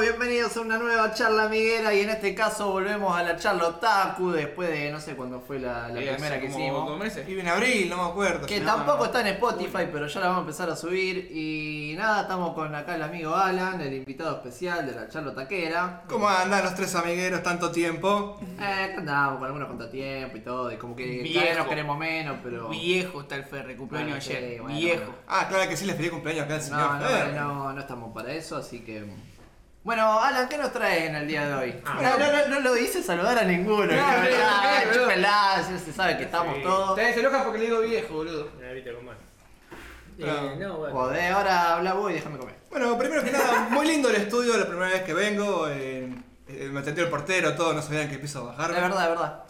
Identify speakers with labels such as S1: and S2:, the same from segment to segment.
S1: bienvenidos a una nueva charla amiguera y en este caso volvemos a la charla otaku después de no sé cuándo fue la, la
S2: Sí, hace
S1: primera que
S2: como dos
S1: hicimos.
S2: meses.
S3: Y en abril, no me acuerdo.
S1: Que
S3: No,
S1: tampoco
S3: no.
S1: está en Spotify, pero ya la vamos a empezar a subir. Y nada, estamos con acá el amigo Alan, el invitado especial de la charla taquera.
S3: ¿Cómo andan los tres amigueros tanto tiempo?
S1: Eh, que andábamos con algunos contratiempos y todo, y como que cada vez
S2: Viejo.
S1: nos queremos menos, pero.
S2: Viejo está el Ferre, cumpleaños
S1: Bueno, sí,
S2: ayer.
S1: bueno,
S2: Viejo.
S1: bueno.
S3: Ah, claro que sí, les pedí cumpleaños acá al señor
S1: No, no,
S3: Fer.
S1: no, no estamos para eso, así que. Bueno, Alan, ¿qué nos traes en el día de hoy?
S2: Ah,
S1: no, no, no, no lo hice saludar a ninguno.
S2: No,
S1: Ah,
S2: sí,
S1: ah,
S2: sí,
S1: chúpenla, ya se sabe que estamos
S4: Sí.
S1: todos.
S2: Ustedes se enojan porque le digo viejo, boludo.
S4: Ya, viste cómo es.
S3: Claro.
S4: Eh, no, bueno.
S1: Joder, ahora habla vos y déjame comer.
S3: Bueno, primero que nada, muy lindo el estudio, la primera vez que vengo. eh, eh, me atendió el portero, todo, no sabían que piso
S1: Es
S3: bajar.
S1: verdad, es verdad.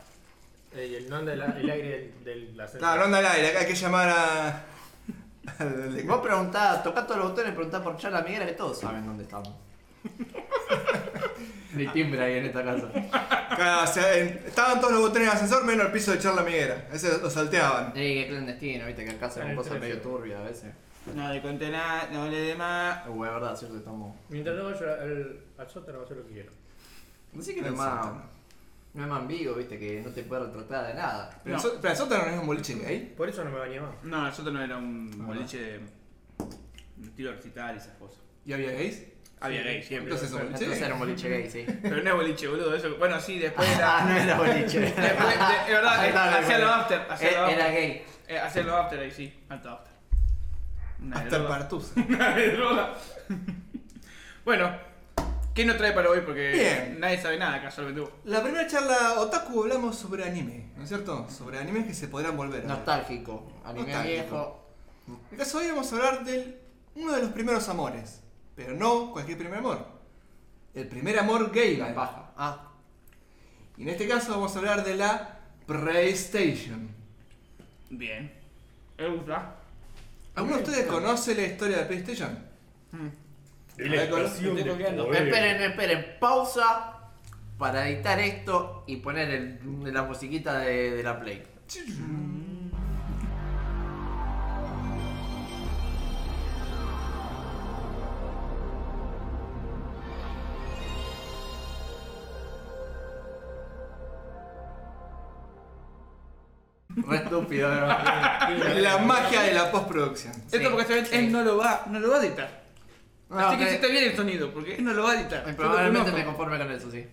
S4: Eh, y el non del el aire del, del ascensor.
S3: Claro, no anda al aire, acá hay que llamar a. al-
S1: Vos preguntá, tocá todos los botones, preguntá por charla migra que todos saben dónde estamos. Ni timbre ahí en esta casa.
S3: Claro, o sea, en- estaban todos los botones del ascensor menos el piso de Charla Miguera. Ese lo salteaban.
S1: Ey, qué clandestino, viste que acá se
S4: En
S1: ven
S4: el
S1: cosas medio
S4: teléfono.
S1: turbias a veces.
S2: No le conté nada, no le dé más.
S1: Eh, güey, es verdad, cierto, estamos.
S4: Mientras no vaya al, al sótano, va a hacer lo que quiera.
S1: Así que no
S3: El
S1: es más.
S3: sótano.
S1: No es más ambiguo, viste, que no te puede retratar de nada.
S3: Pero,
S2: No.
S3: el so- pero el sótano no es un boliche gay.
S4: Por eso no me bañé más.
S2: No, nosotros no era un
S3: Ah.
S2: boliche de. Un tiro recital y esas cosas.
S3: ¿Y había gays?
S2: Había gay Ah, eh, siempre.
S3: Entonces, ¿un boliche?
S1: Entonces era un boliche gay, sí.
S2: Pero no es boliche, boludo. Eso, bueno, sí, después
S1: Ah,
S2: era.
S1: no era boliche.
S2: después, de- es verdad,
S1: Ahí está,
S2: eh, hacía
S1: bueno.
S2: los after. Hacía
S1: Eh,
S2: los
S1: Era
S2: after.
S1: gay.
S2: Eh, hacía los after ahí, sí. Alta after. Una
S3: Hasta el
S2: droga.
S3: partusa.
S2: Una droga. bueno, ¿qué nos trae para hoy? Porque
S3: Bien.
S2: nadie sabe nada acá, solamente vos.
S3: La primera charla otaku hablamos sobre anime, ¿no es cierto? Sobre animes que se podrán volver. a ver.
S1: Nostálgico. Anime
S3: Nostálgico.
S1: viejo.
S3: En el caso de hoy vamos a hablar de uno de los primeros amores, pero no cualquier primer amor. El primer amor gay.
S1: La paja. Ah.
S3: Y en este caso vamos a hablar de la PlayStation.
S2: Bien. Me gusta.
S3: ¿Alguno de ustedes conoce la historia de la PlayStation?
S1: Mm.
S4: Y la
S3: Ahí con-
S4: expresión
S3: estoy
S4: de
S3: coqueando.
S4: poder.
S1: Esperen, esperen. Pausa para editar esto y poner el- la musiquita de, de la Play. Re estúpido, ¿no?
S3: La magia de la postproducción.
S2: Esto porque esta vez
S1: sí.
S2: él no lo va, no lo va a editar.
S1: No,
S2: Así
S1: ok.
S2: que hiciste bien el sonido, porque él no lo va a editar. Yo lo
S1: Probablemente me
S2: conozco.
S1: conforme con eso, sí.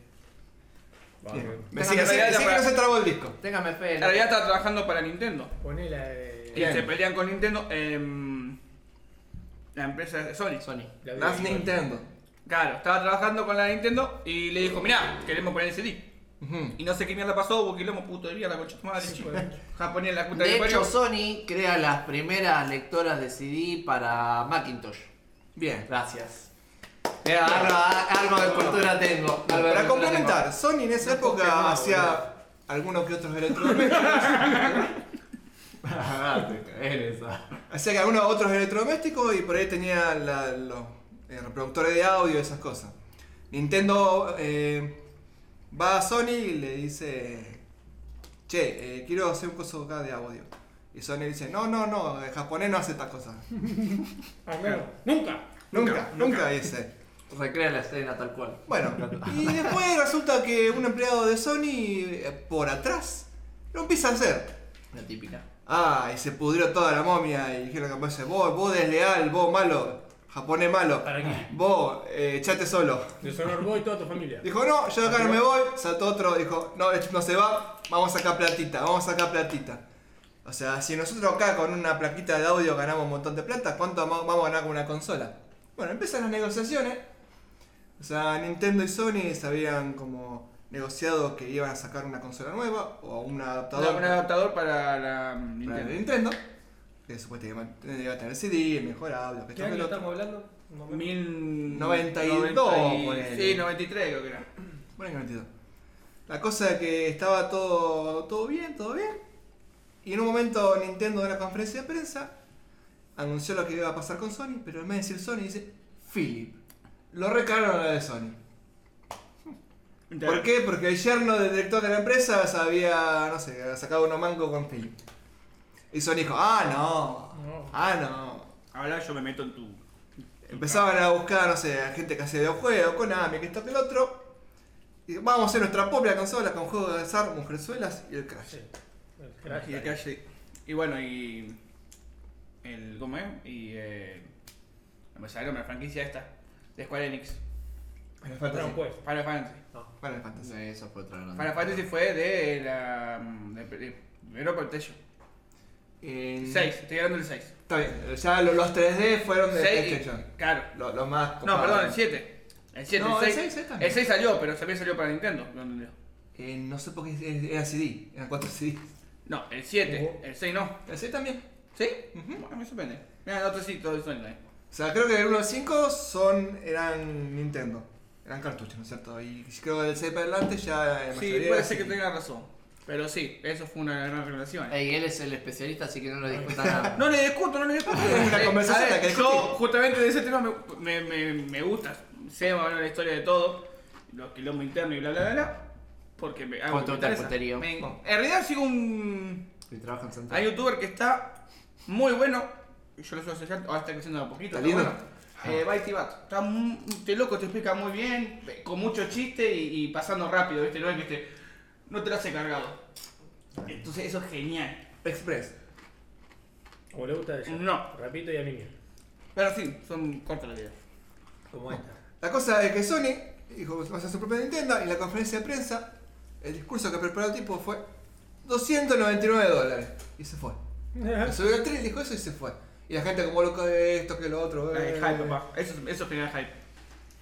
S4: Vamos.
S3: Me sigue,
S2: Tengan
S3: así-
S2: la
S3: así que
S2: para-
S3: no se trabó el disco.
S1: Téngame fe.
S2: En
S1: ¿no?
S2: realidad estaba trabajando para Nintendo.
S4: Poné la de.
S3: Bien.
S2: Y se pelean con Nintendo. em, la empresa de Sony.
S1: Sony.
S4: la de-
S3: That's Nintendo.
S2: Claro, estaba trabajando con la Nintendo y le dijo, mirá, queremos poner el CD.
S3: Ujú.
S2: Y no sé qué mierda pasó, porque lo hemos puto de mierda, concha tu madre, chico. Japón en la puta
S1: De
S2: que parió.
S1: hecho, Sony crea las primeras lectoras de CD para Macintosh.
S3: Bien.
S1: Gracias. Mira, algo, algo de cultura tengo. algo de cultura
S3: Para complementar, Sony en esa época hacía algunos que otros electrodomésticos.
S1: tengo. Eres esa.
S3: hacía que algunos otros electrodomésticos y por ahí tenía la- los eh, reproductores de audio y esas cosas. Nintendo eh, va a Sony y le dice, che, eh, quiero hacer un coso acá de audio. Y Sony dice, no, no, no, el japonés no hace estas cosas.
S4: Ah, claro. Nunca.
S3: Nunca, nunca dice.
S1: Recrea la escena tal cual.
S3: Bueno, y después resulta que un empleado de Sony, eh, por atrás, lo empieza a hacer.
S1: La típica.
S3: Ah, y se pudrió toda la momia y dijeron que pues, vos, vos desleal, vos malo, japonés malo,
S4: ¿Para qué?
S3: vos, eh, echate solo.
S4: Deshonor vos y toda tu familia.
S3: Dijo, no, yo de acá no me voy, saltó otro, dijo, no, esto no se va, vamos a sacar platita, vamos a sacar platita. O sea, si nosotros acá con una plaquita de audio ganamos un montón de plata, ¿cuánto ma- vamos a ganar con una consola? Bueno, empiezan las negociaciones. O sea, Nintendo y Sony se habían como negociado que iban a sacar una consola nueva o un adaptador.
S2: Un adaptador para la mm,
S3: Para el
S2: Nintendo.
S3: Nintendo, que supuestamente iba a tener CD, el mejor audio, que
S4: ¿Qué
S3: esto que
S4: año
S3: lo
S4: estamos
S3: otro.
S4: hablando? No me-
S2: 1092.
S3: ponele.
S2: Sí, 93 creo que era.
S3: Bueno, que metido. La cosa es que estaba todo, todo bien, todo bien. Y en un momento Nintendo en una conferencia de prensa anunció lo que iba a pasar con Sony, pero en vez de decir Sony dice Philip. Lo recagaron a la de Sony. ¿Por qué? Porque el yerno del director de la empresa se había, no sé, había sacado unos mangos con Philip. Y Sony dijo, ah, no,
S4: No.
S3: ah, no.
S2: Ahora yo me meto en tu. en
S3: Empezaban a buscar, no sé, a gente que hace videojuegos, Konami, que esto que el otro. Y vamos a hacer nuestra propia consola con juegos de azar, mujerzuelas y el Crash.
S4: Sí. El crash
S2: Y, el
S4: ahí.
S2: calle- y bueno, y. El, ¿Cómo es? Y. Eh, me salió la franquicia esta, de Square Enix.
S3: Final
S4: Era un
S3: Fantasy.
S4: juez.
S2: Final Fantasy.
S4: No.
S3: Final Fantasy.
S1: Eso fue otra grande.
S2: Final Fantasy fue de la. mm, De, de, primero por el techo.
S3: En-
S2: 6, estoy hablando del 6.
S3: Está bien, ya lo- los 3D fueron de
S2: 6
S3: PlayStation.
S2: Claro.
S3: Lo- Los más.
S2: No,
S3: copados.
S2: perdón, el 7. El 7,
S3: No, el
S2: el
S3: seis,
S2: 6.
S3: seis también.
S2: El 6 salió, pero también salió para Nintendo. No, entendió.
S3: Eh, no sé por qué era CD, eran 4 CD.
S2: no el 7.
S3: Uh.
S4: Ujú.
S2: El 6 no.
S3: El 6 también.
S2: ¿Sí? Bueno, me sorprende. Mira, el otro sí, todo el Sonic. también.
S3: O sea, creo que del 1 al 5 son, eran Nintendo. Eran cartuchos, ¿no es cierto? Y creo que del 6 para adelante ya. la
S2: Sí,
S3: mayoría
S2: puede
S3: era
S2: ser que
S3: CD.
S2: tenga razón. Pero sí, eso fue una gran revelación.
S3: Eh.
S1: Ey, él es el especialista, así que no lo discuta nada.
S2: No le discuto, no le discuto.
S3: Es una
S2: Eh,
S3: conversación
S2: a ver,
S3: la que
S2: Yo,
S3: discutir.
S2: justamente de ese tema me, me, me, me gusta. Sé más o menos la historia de todo, los quilombos internos y bla, bla, bla. bla porque me, algo
S1: Contra
S2: que me
S1: un
S2: interesa.
S1: taputerío.
S2: Me- en realidad sigo un,
S1: Y trabaja en Santa.
S2: hay un youtuber que está muy bueno. Yo lo suelo hacer, ahora está creciendo de a poquito.
S3: ¿Está lindo?
S2: bueno. Eh, Byte y Bat. Está mu- este loco, te explica muy bien, eh, con mucho chiste y, y pasando rápido, ¿viste? No es que te, no te lo hace cargado. Entonces eso es genial.
S3: Express.
S4: Como le gusta a ella.
S2: No.
S4: Rapito y a Mimi.
S2: Pero sí, son cortas las videos.
S4: Como esta.
S3: La cosa es que Sony dijo que va a hacer su propia Nintendo y en la conferencia de prensa, el discurso que preparó el tipo fue 299 dólares. Y se fue. Se subió al tren, dijo eso y se fue. Y la gente como loca de esto, que lo otro.
S2: Ay,
S3: eh.
S2: hype, papá. Eso, eso genera hype.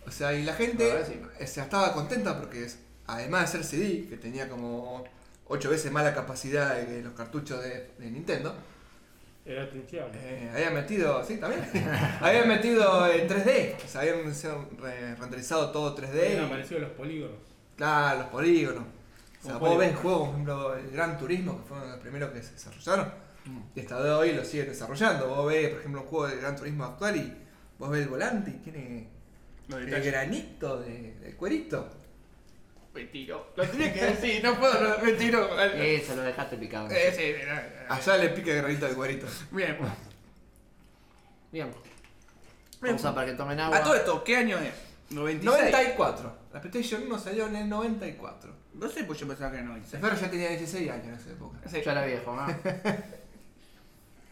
S3: O sea, y la
S1: A
S3: gente
S1: ver, sí.
S3: eh, se estaba contenta porque es- además de ser CD, que tenía como 8 veces más la capacidad de que los cartuchos de, de Nintendo,
S4: Era trincheable.
S3: eh, habían metido, sí, también, habían metido en 3D, o sea, habían se han re- renderizado todo 3D,
S4: Habían
S3: y-
S4: aparecido los polígonos.
S3: claro, los polígonos. O sea,
S4: Los
S3: vos ves
S4: polígonos.
S3: juegos, por ejemplo, el Gran Turismo, que fueron los primeros que se desarrollaron,
S4: Mm.
S3: y hasta de hoy lo siguen desarrollando. Vos ves, por ejemplo, un juego del Gran Turismo actual y vos ves el volante y tiene
S2: Los
S3: el
S2: detalles.
S3: granito de- del cuerito.
S4: Eh.
S2: Me tiró. Lo tenía que decir, no puedo, no, me tiró. Eh,
S1: Eh, se lo dejaste picado.
S2: eh, sí, era- era-
S3: Allá le pica el granito del cuerito.
S2: Bien.
S3: Ah,
S1: Bien. Vamos a para que tomen agua.
S2: A todo esto, ¿qué año es? 96.
S3: 94. La PlayStation 1 salió en el 94.
S2: No sé por qué yo pensaba que era 96.
S3: Ferro ya tenía 16 años en esa época.
S2: Sí,
S1: Yo era viejo, ¿no?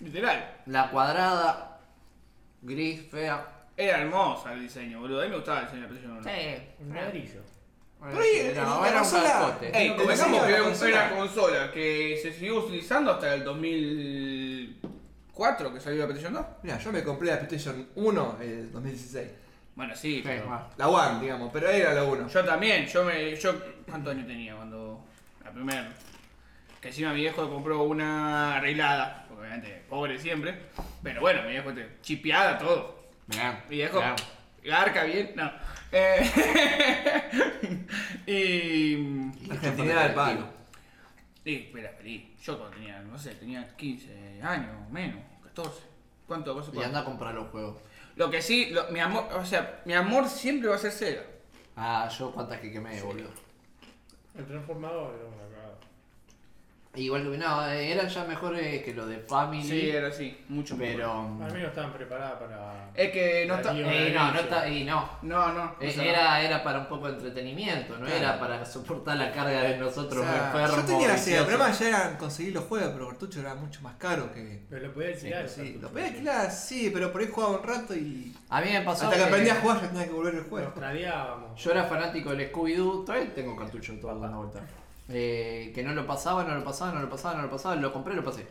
S2: Literal.
S1: La cuadrada, gris, fea.
S2: Era hermosa el diseño, boludo. A mí me gustaba el diseño de la PlayStation 1.
S1: Sí.
S4: Un ladrillo.
S1: Bueno,
S3: Oye,
S1: sí,
S3: en
S1: no,
S3: la
S1: era un
S3: consola-
S1: cascote.
S2: Ey,
S3: El
S2: convengamos
S3: diseño de
S2: que
S3: la
S2: era un-
S3: consola.
S2: era una consola que se siguió utilizando hasta el 2004 que salió la PlayStation 2.
S3: Mira, yo me compré la PlayStation 1 en el 2016.
S2: Bueno, sí,
S1: Sí,
S2: pero-
S1: bueno.
S3: La One, digamos, pero era la 1.
S2: Yo también, yo me. Yo, ¿Cuántos años tenía cuando.? La primera. Que encima mi viejo compró una arreglada, porque obviamente pobre siempre. Pero bueno, mi viejo te chipeada todo.
S1: Mirá,
S2: Mi viejo.
S1: mirá.
S2: Garca bien, no. Eh, y.
S3: La Argentina del palo.
S2: Y era feliz. Yo cuando tenía, no sé, tenía 15 años, menos, 14. ¿Cuánto? ¿Cuánto?
S1: Y anda a comprar los juegos.
S2: Lo que sí, lo- mi amor, o sea, mi amor siempre va a ser Sega.
S1: Ah, yo cuántas que quemé, boludo.
S4: El transformador era una cagada.
S1: Igual que no, eh, eran ya mejores que los de Family.
S2: Sí, era así, mucho mejor.
S1: pero.
S4: Al menos estaban preparadas para.
S2: Es que no está.
S4: Darío.
S1: Eh, no, no está. Y no.
S2: No, no.
S1: Eh,
S2: o sea,
S1: Era, era para un poco de entretenimiento, no
S3: Claro.
S1: era para soportar la carga de nosotros
S3: O sea,
S1: enfermos.
S3: yo tenía la Sega,
S1: viciosos.
S3: pero además ya eran conseguir los juegos, pero el cartucho era mucho más caro que.
S4: Pero lo podía alquilar.
S3: Sí,
S4: el
S3: lo
S4: cartucho.
S3: pedí alquilar, sí, pero por ahí jugaba un rato y.
S1: A mí me pasó.
S3: Hasta que
S1: que
S3: aprendí a jugar ya tenía que volver el
S4: Nos
S3: juego.
S4: tradeábamos.
S1: Yo era fanático del Scooby-Doo, todavía tengo cartucho todo dando vuelta. Eh, que no lo pasaba, no lo pasaba, no lo pasaba, no lo pasaba, lo compré, lo pasé.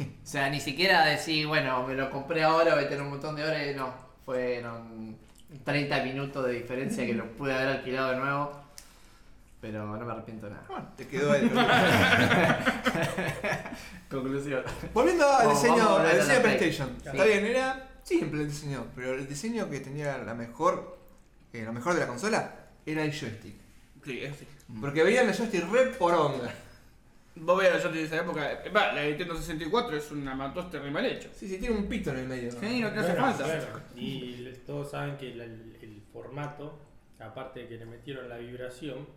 S1: O sea, ni siquiera decir, bueno, me lo compré ahora, voy a tener un montón de horas, no. Fueron 30 minutos de diferencia que lo pude haber alquilado de nuevo. Pero no me arrepiento de nada.
S3: Bueno, te quedó el.
S1: Conclusión.
S3: Volviendo al
S1: Vamos,
S3: diseño,
S1: vamos a
S3: al
S1: volver a
S3: diseño de
S1: la Play.
S3: PlayStation.
S1: Sí.
S3: Está bien, era simple el diseño, pero el diseño que tenía la mejor, eh, lo mejor de la consola era el joystick.
S2: Sí, eso sí.
S1: Mm.
S3: Porque veían el joystick re poronga.
S2: Vos veas, yo te esa época. eh, Va, la de Nintendo 64 es una matoste re mal hecho.
S3: Sí, sí, tiene un pito en el medio. ¿no?
S2: Sí, no te hace
S4: Bueno,
S2: falta.
S4: bueno, Y le- todos saben que el, el- el formato, aparte de que le metieron la vibración,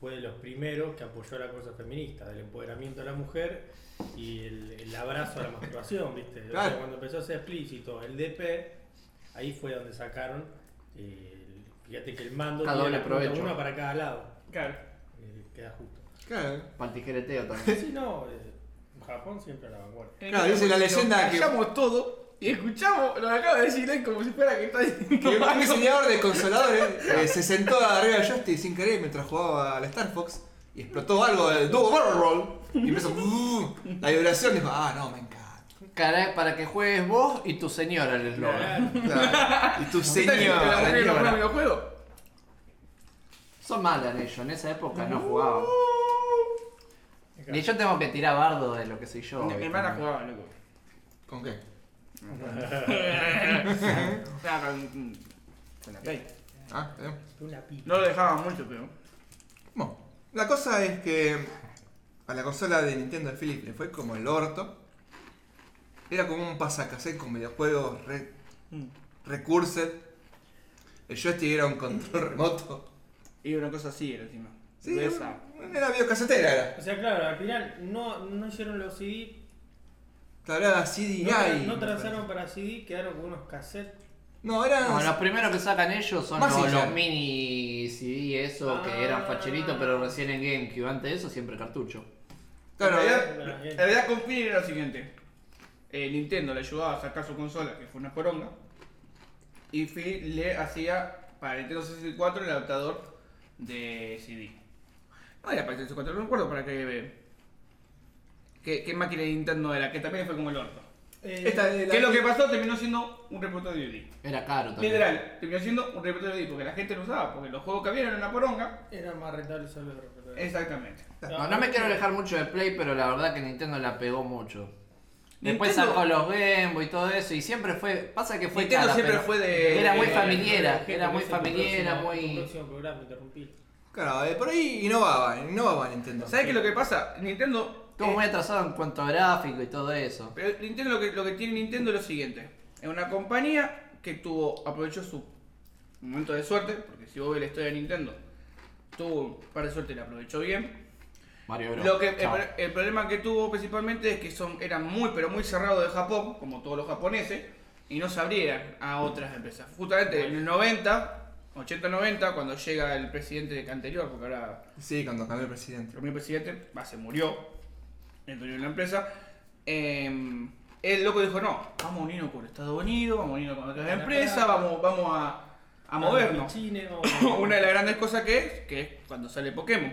S4: fue de los primeros que apoyó la cosa feminista, del empoderamiento de la mujer y el, el abrazo a la masturbación, ¿viste? O sea,
S3: Claro.
S4: cuando empezó a ser explícito el DP, Ahí fue donde sacaron, eh, fíjate que el mando
S1: Cada
S4: tiene
S1: doble
S4: la punta,
S1: provecho.
S4: uno para cada lado,
S2: Claro.
S4: eh, queda justo.
S3: Claro.
S1: Para el tijereteo también.
S4: Sí, no, eh, Japón siempre a la vanguardia.
S3: Claro, dice la leyenda que-
S2: Escuchamos todo y escuchamos, lo que acaba de decir él como si fuera que está diciendo
S3: Que un
S2: algo.
S3: diseñador de consoladores eh, se sentó arriba del joystick sin querer mientras jugaba al Star Fox y explotó algo del Double Barrel Roll y empezó "Uh", la vibración. Dijo, ah, no, me encanta.
S1: Caray, para que juegues vos y tu señora el eslogan.
S2: Claro.
S3: Claro. Y tu
S2: ¿Viste que te la
S3: señor.
S2: aburrieron
S1: señora.
S2: los videojuegos?
S1: Son malas ellos, en esa época no jugaban. Ni yo tengo que tirar bardo de lo que soy yo.
S2: Mi- Mi
S1: ¿viste?
S2: hermana jugaba, loco.
S3: ¿Con qué?
S2: Claro, con- con la Play.
S3: Ah, está bien.
S4: Una pipa.
S2: No lo dejaban mucho, pero.
S3: Bueno, la cosa es que a la consola de Nintendo de Philips le fue como el orto. Era como un pasacassette con videojuegos re, recursed. El joystick era un control remoto.
S2: Y una cosa así era encima.
S3: Sí,
S2: De
S3: era,
S2: esa.
S3: era videocasetera. Era.
S4: O sea, claro, al final no, no hicieron los CD,
S3: Te hablaba CDI.
S4: no, tra- no
S3: me
S4: trazaron para CD, quedaron con unos cassettes.
S3: parece. No, eran.
S1: No, los primeros que sacan ellos son
S3: Más
S1: los,
S3: silla.
S1: los mini CD, eso que eran facheritos, pero recién en GameCube. Antes de eso, siempre cartucho.
S3: claro,
S2: en
S3: era-
S2: realidad, en realidad con Phil era lo siguiente. Eh, Nintendo le ayudaba a sacar su consola, que fue una poronga. Y Phil le hacía para Nintendo 64 el adaptador de CD. No era para el 64, no recuerdo para qué, qué, qué máquina de Nintendo era, que también fue como el orto.
S4: Eh,
S3: esta de la-
S2: ¿Qué es lo que pasó? Terminó siendo un repertorio de DVD.
S1: Era caro también.
S2: Literal, terminó siendo un repertorio de DVD porque la gente lo usaba, porque los juegos que había eran una poronga.
S4: Era más rentable solo el repertorio.
S2: Exactamente.
S1: No, no me quiero alejar mucho de Play, pero la verdad que Nintendo la pegó mucho. Después
S2: Nintendo-
S1: sacó los Game Boy y todo eso, y siempre fue. Pasa que fue
S2: Nintendo
S1: cara,
S2: siempre
S1: pero
S2: fue de-
S4: Eh,
S1: Era muy
S2: de-
S1: familiera, era muy
S4: Ese es tu
S1: familiera,
S4: próximo- tu
S1: muy.
S4: próximo programa, interrumpí.
S3: claro, eh, por ahí innovaba, innovaba Nintendo.
S2: ¿Sabes qué es lo que pasa? Nintendo.
S1: Estuvo muy atrasado en cuanto a gráfico y todo eso.
S2: Pero Nintendo lo que, lo que tiene Nintendo es lo siguiente. Es una compañía que tuvo, aprovechó su momento de suerte, porque si vos ves la historia de Nintendo, tuvo un par de suerte y la aprovechó bien.
S1: Mario Bros.
S2: Lo que, eh, el,
S1: Chao.
S2: pro- el problema que tuvo principalmente es que son, eran muy, pero muy cerrados de Japón, como todos los japoneses, y no se abrieron a otras empresas. Justamente en el 90, 80-90, cuando llega el presidente anterior, porque ahora
S3: Sí, cuando cambió el presidente.
S2: el primer presidente, va, se murió, entró en la empresa. eh, el loco dijo, no, vamos a unirnos con Estados Unidos, vamos a unirnos con otras
S4: Para,
S2: empresas,
S4: para.
S2: vamos, vamos a, a movernos.
S4: Chine, o-
S2: Una de las grandes cosas que es, que es cuando sale Pokémon.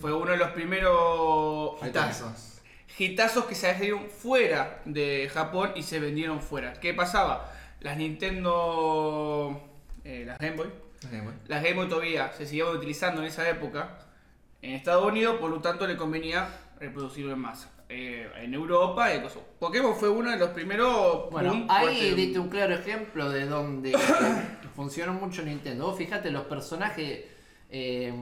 S2: Fue uno de los primeros
S3: Hitazos.
S2: hitazos que salieron fuera de Japón y se vendieron fuera. ¿Qué pasaba? Las Nintendo, eh, las Game Boy,
S3: Eh, bueno.
S2: las Game Boy todavía se siguieron utilizando en esa época en Estados Unidos, por lo tanto le convenía reproducirlo en masa. Eh, en Europa, eh, cosas. Pokémon fue uno de los primeros.
S1: Bueno,
S2: boom fuerte.
S1: ahí diste un claro ejemplo de donde funcionó mucho Nintendo. Vos fijate los personajes, eh,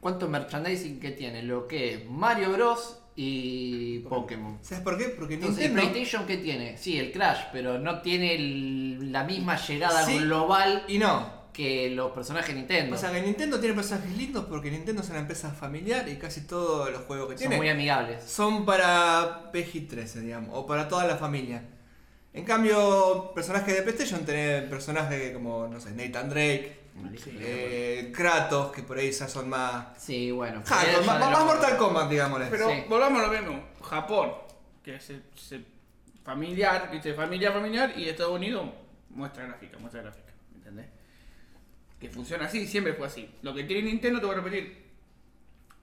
S1: cuánto merchandising que tiene, lo que es Mario Bros. y Pokémon.
S3: ¿Sabes por qué? Porque
S1: Entonces, ¿el
S3: Nintendo.
S1: PlayStation qué tiene? Sí, el Crash, pero no tiene el- la misma llegada
S3: Sí.
S1: global
S3: Y no.
S1: que los personajes Nintendo.
S3: O sea que Nintendo tiene personajes lindos porque Nintendo es una empresa familiar y casi todos los juegos que
S1: Son
S3: tiene
S1: muy amigables.
S3: son para PG-13, digamos, o para toda la familia. En cambio, personajes de PlayStation tenés personajes como, no sé, Nathan Drake, eh, Kratos, que por ahí ya son más.
S1: Sí, bueno.
S3: hardcore,
S1: Eso
S3: más,
S1: de
S3: más
S1: los-
S3: Mortal Kombat, digámosle.
S2: Pero
S1: Sí.
S2: volvamos a lo mismo. Japón, que es eh, se- familiar, ¿viste? familiar, familiar, y Estados Unidos, muestra gráfica, muestra gráfica. ¿Entendés? Que funciona así, siempre fue así. Lo que tiene Nintendo, te voy a repetir.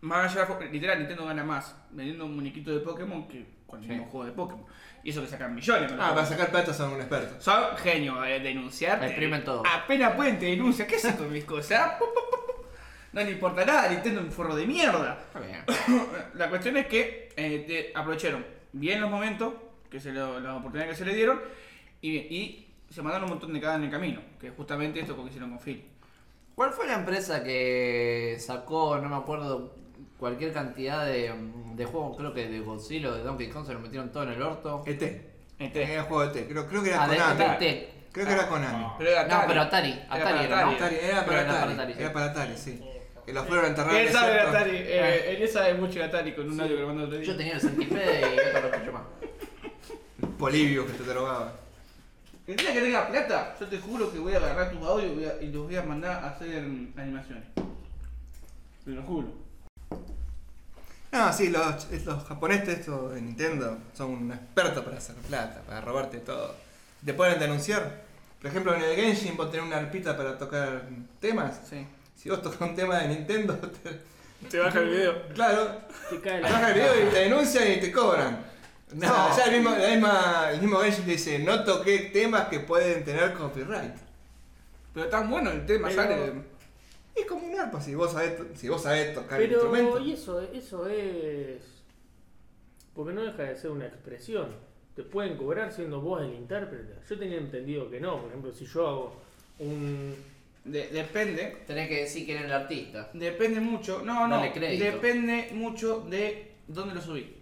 S2: Más allá, literal, Nintendo gana más vendiendo un muñequito de Pokémon que con el
S1: Sí.
S2: mismo juego de Pokémon. Y eso que sacan millones. ¿no?
S3: Ah, para sacar platos son un experto.
S2: Son genio, eh, denunciar.
S1: Exprimen todo.
S2: Apenas pueden te denuncian. ¿Qué haces con mis cosas? Ah, Pu, pu, pu, pu. No le importa nada, Nintendo es un forro de mierda.
S1: Está bien.
S2: La cuestión es que eh, te- aprovecharon bien los momentos, que se lo- las oportunidades que se le dieron, y, bien- y se mandaron un montón de cagadas en el camino, que es justamente esto que hicieron con Phil.
S1: ¿Cuál fue la empresa que sacó, no me acuerdo, cualquier cantidad de, de juegos? Creo que de Godzilla o de Donkey Kong se lo metieron todo en el orto.
S3: ET.
S1: Eh,
S2: Este,
S3: Era E el juego de ET. Creo, creo que era
S1: Ah, de
S3: Konami.
S1: ET.
S3: Creo que era Konami.
S2: pero era
S1: No,
S2: Atari.
S1: pero Atari.
S2: Era para
S1: Atari era, ¿no?
S2: Atari.
S3: Atari, era para
S1: Era para
S3: Atari.
S1: Atari, sí.
S3: Era para Atari, sí. Que los fueron a enterrar. en
S2: Él
S3: el
S2: sabe de
S3: desierto.
S2: Atari, eh, él sabe mucho de Atari con un audio que le mandó el otro día.
S1: Yo tenía el Centipede y otro lo que yo más.
S3: Polivio que te drogaba.
S2: El día que tenga plata, yo te juro que voy a agarrar tus audios y voy a- y los voy a mandar a hacer mm, animaciones. Te lo juro.
S3: No, sí, los, es- los japoneses estos de Nintendo son un experto para hacer plata, para robarte todo. Te pueden denunciar. Por ejemplo, en el Genshin vos tenés una arpita para tocar temas.
S2: Sí.
S3: Si vos tocas un tema de Nintendo, te-
S5: Te baja el video.
S3: claro,
S5: Te cae
S3: te
S5: la.
S3: bajan el video y te denuncian y te cobran. No,
S1: No.
S3: ya el mismo, la misma- el mismo Genshin te dice, no toqué temas que pueden tener copyright.
S2: Pero tan bueno el tema,
S5: Pero-
S2: sale.
S3: Es como un arpa, si vos sabés, to- si vos sabés tocar el
S5: Pero,
S3: instrumento.
S5: y eso, eso es. Porque no deja de ser una expresión. Te pueden cobrar siendo vos el intérprete. Yo tenía entendido que no. Por ejemplo, si yo hago un.
S2: De- depende.
S1: Tenés que decir quién es el artista.
S2: Depende mucho, no, no,
S1: Dale crédito.
S2: depende mucho de dónde lo subí.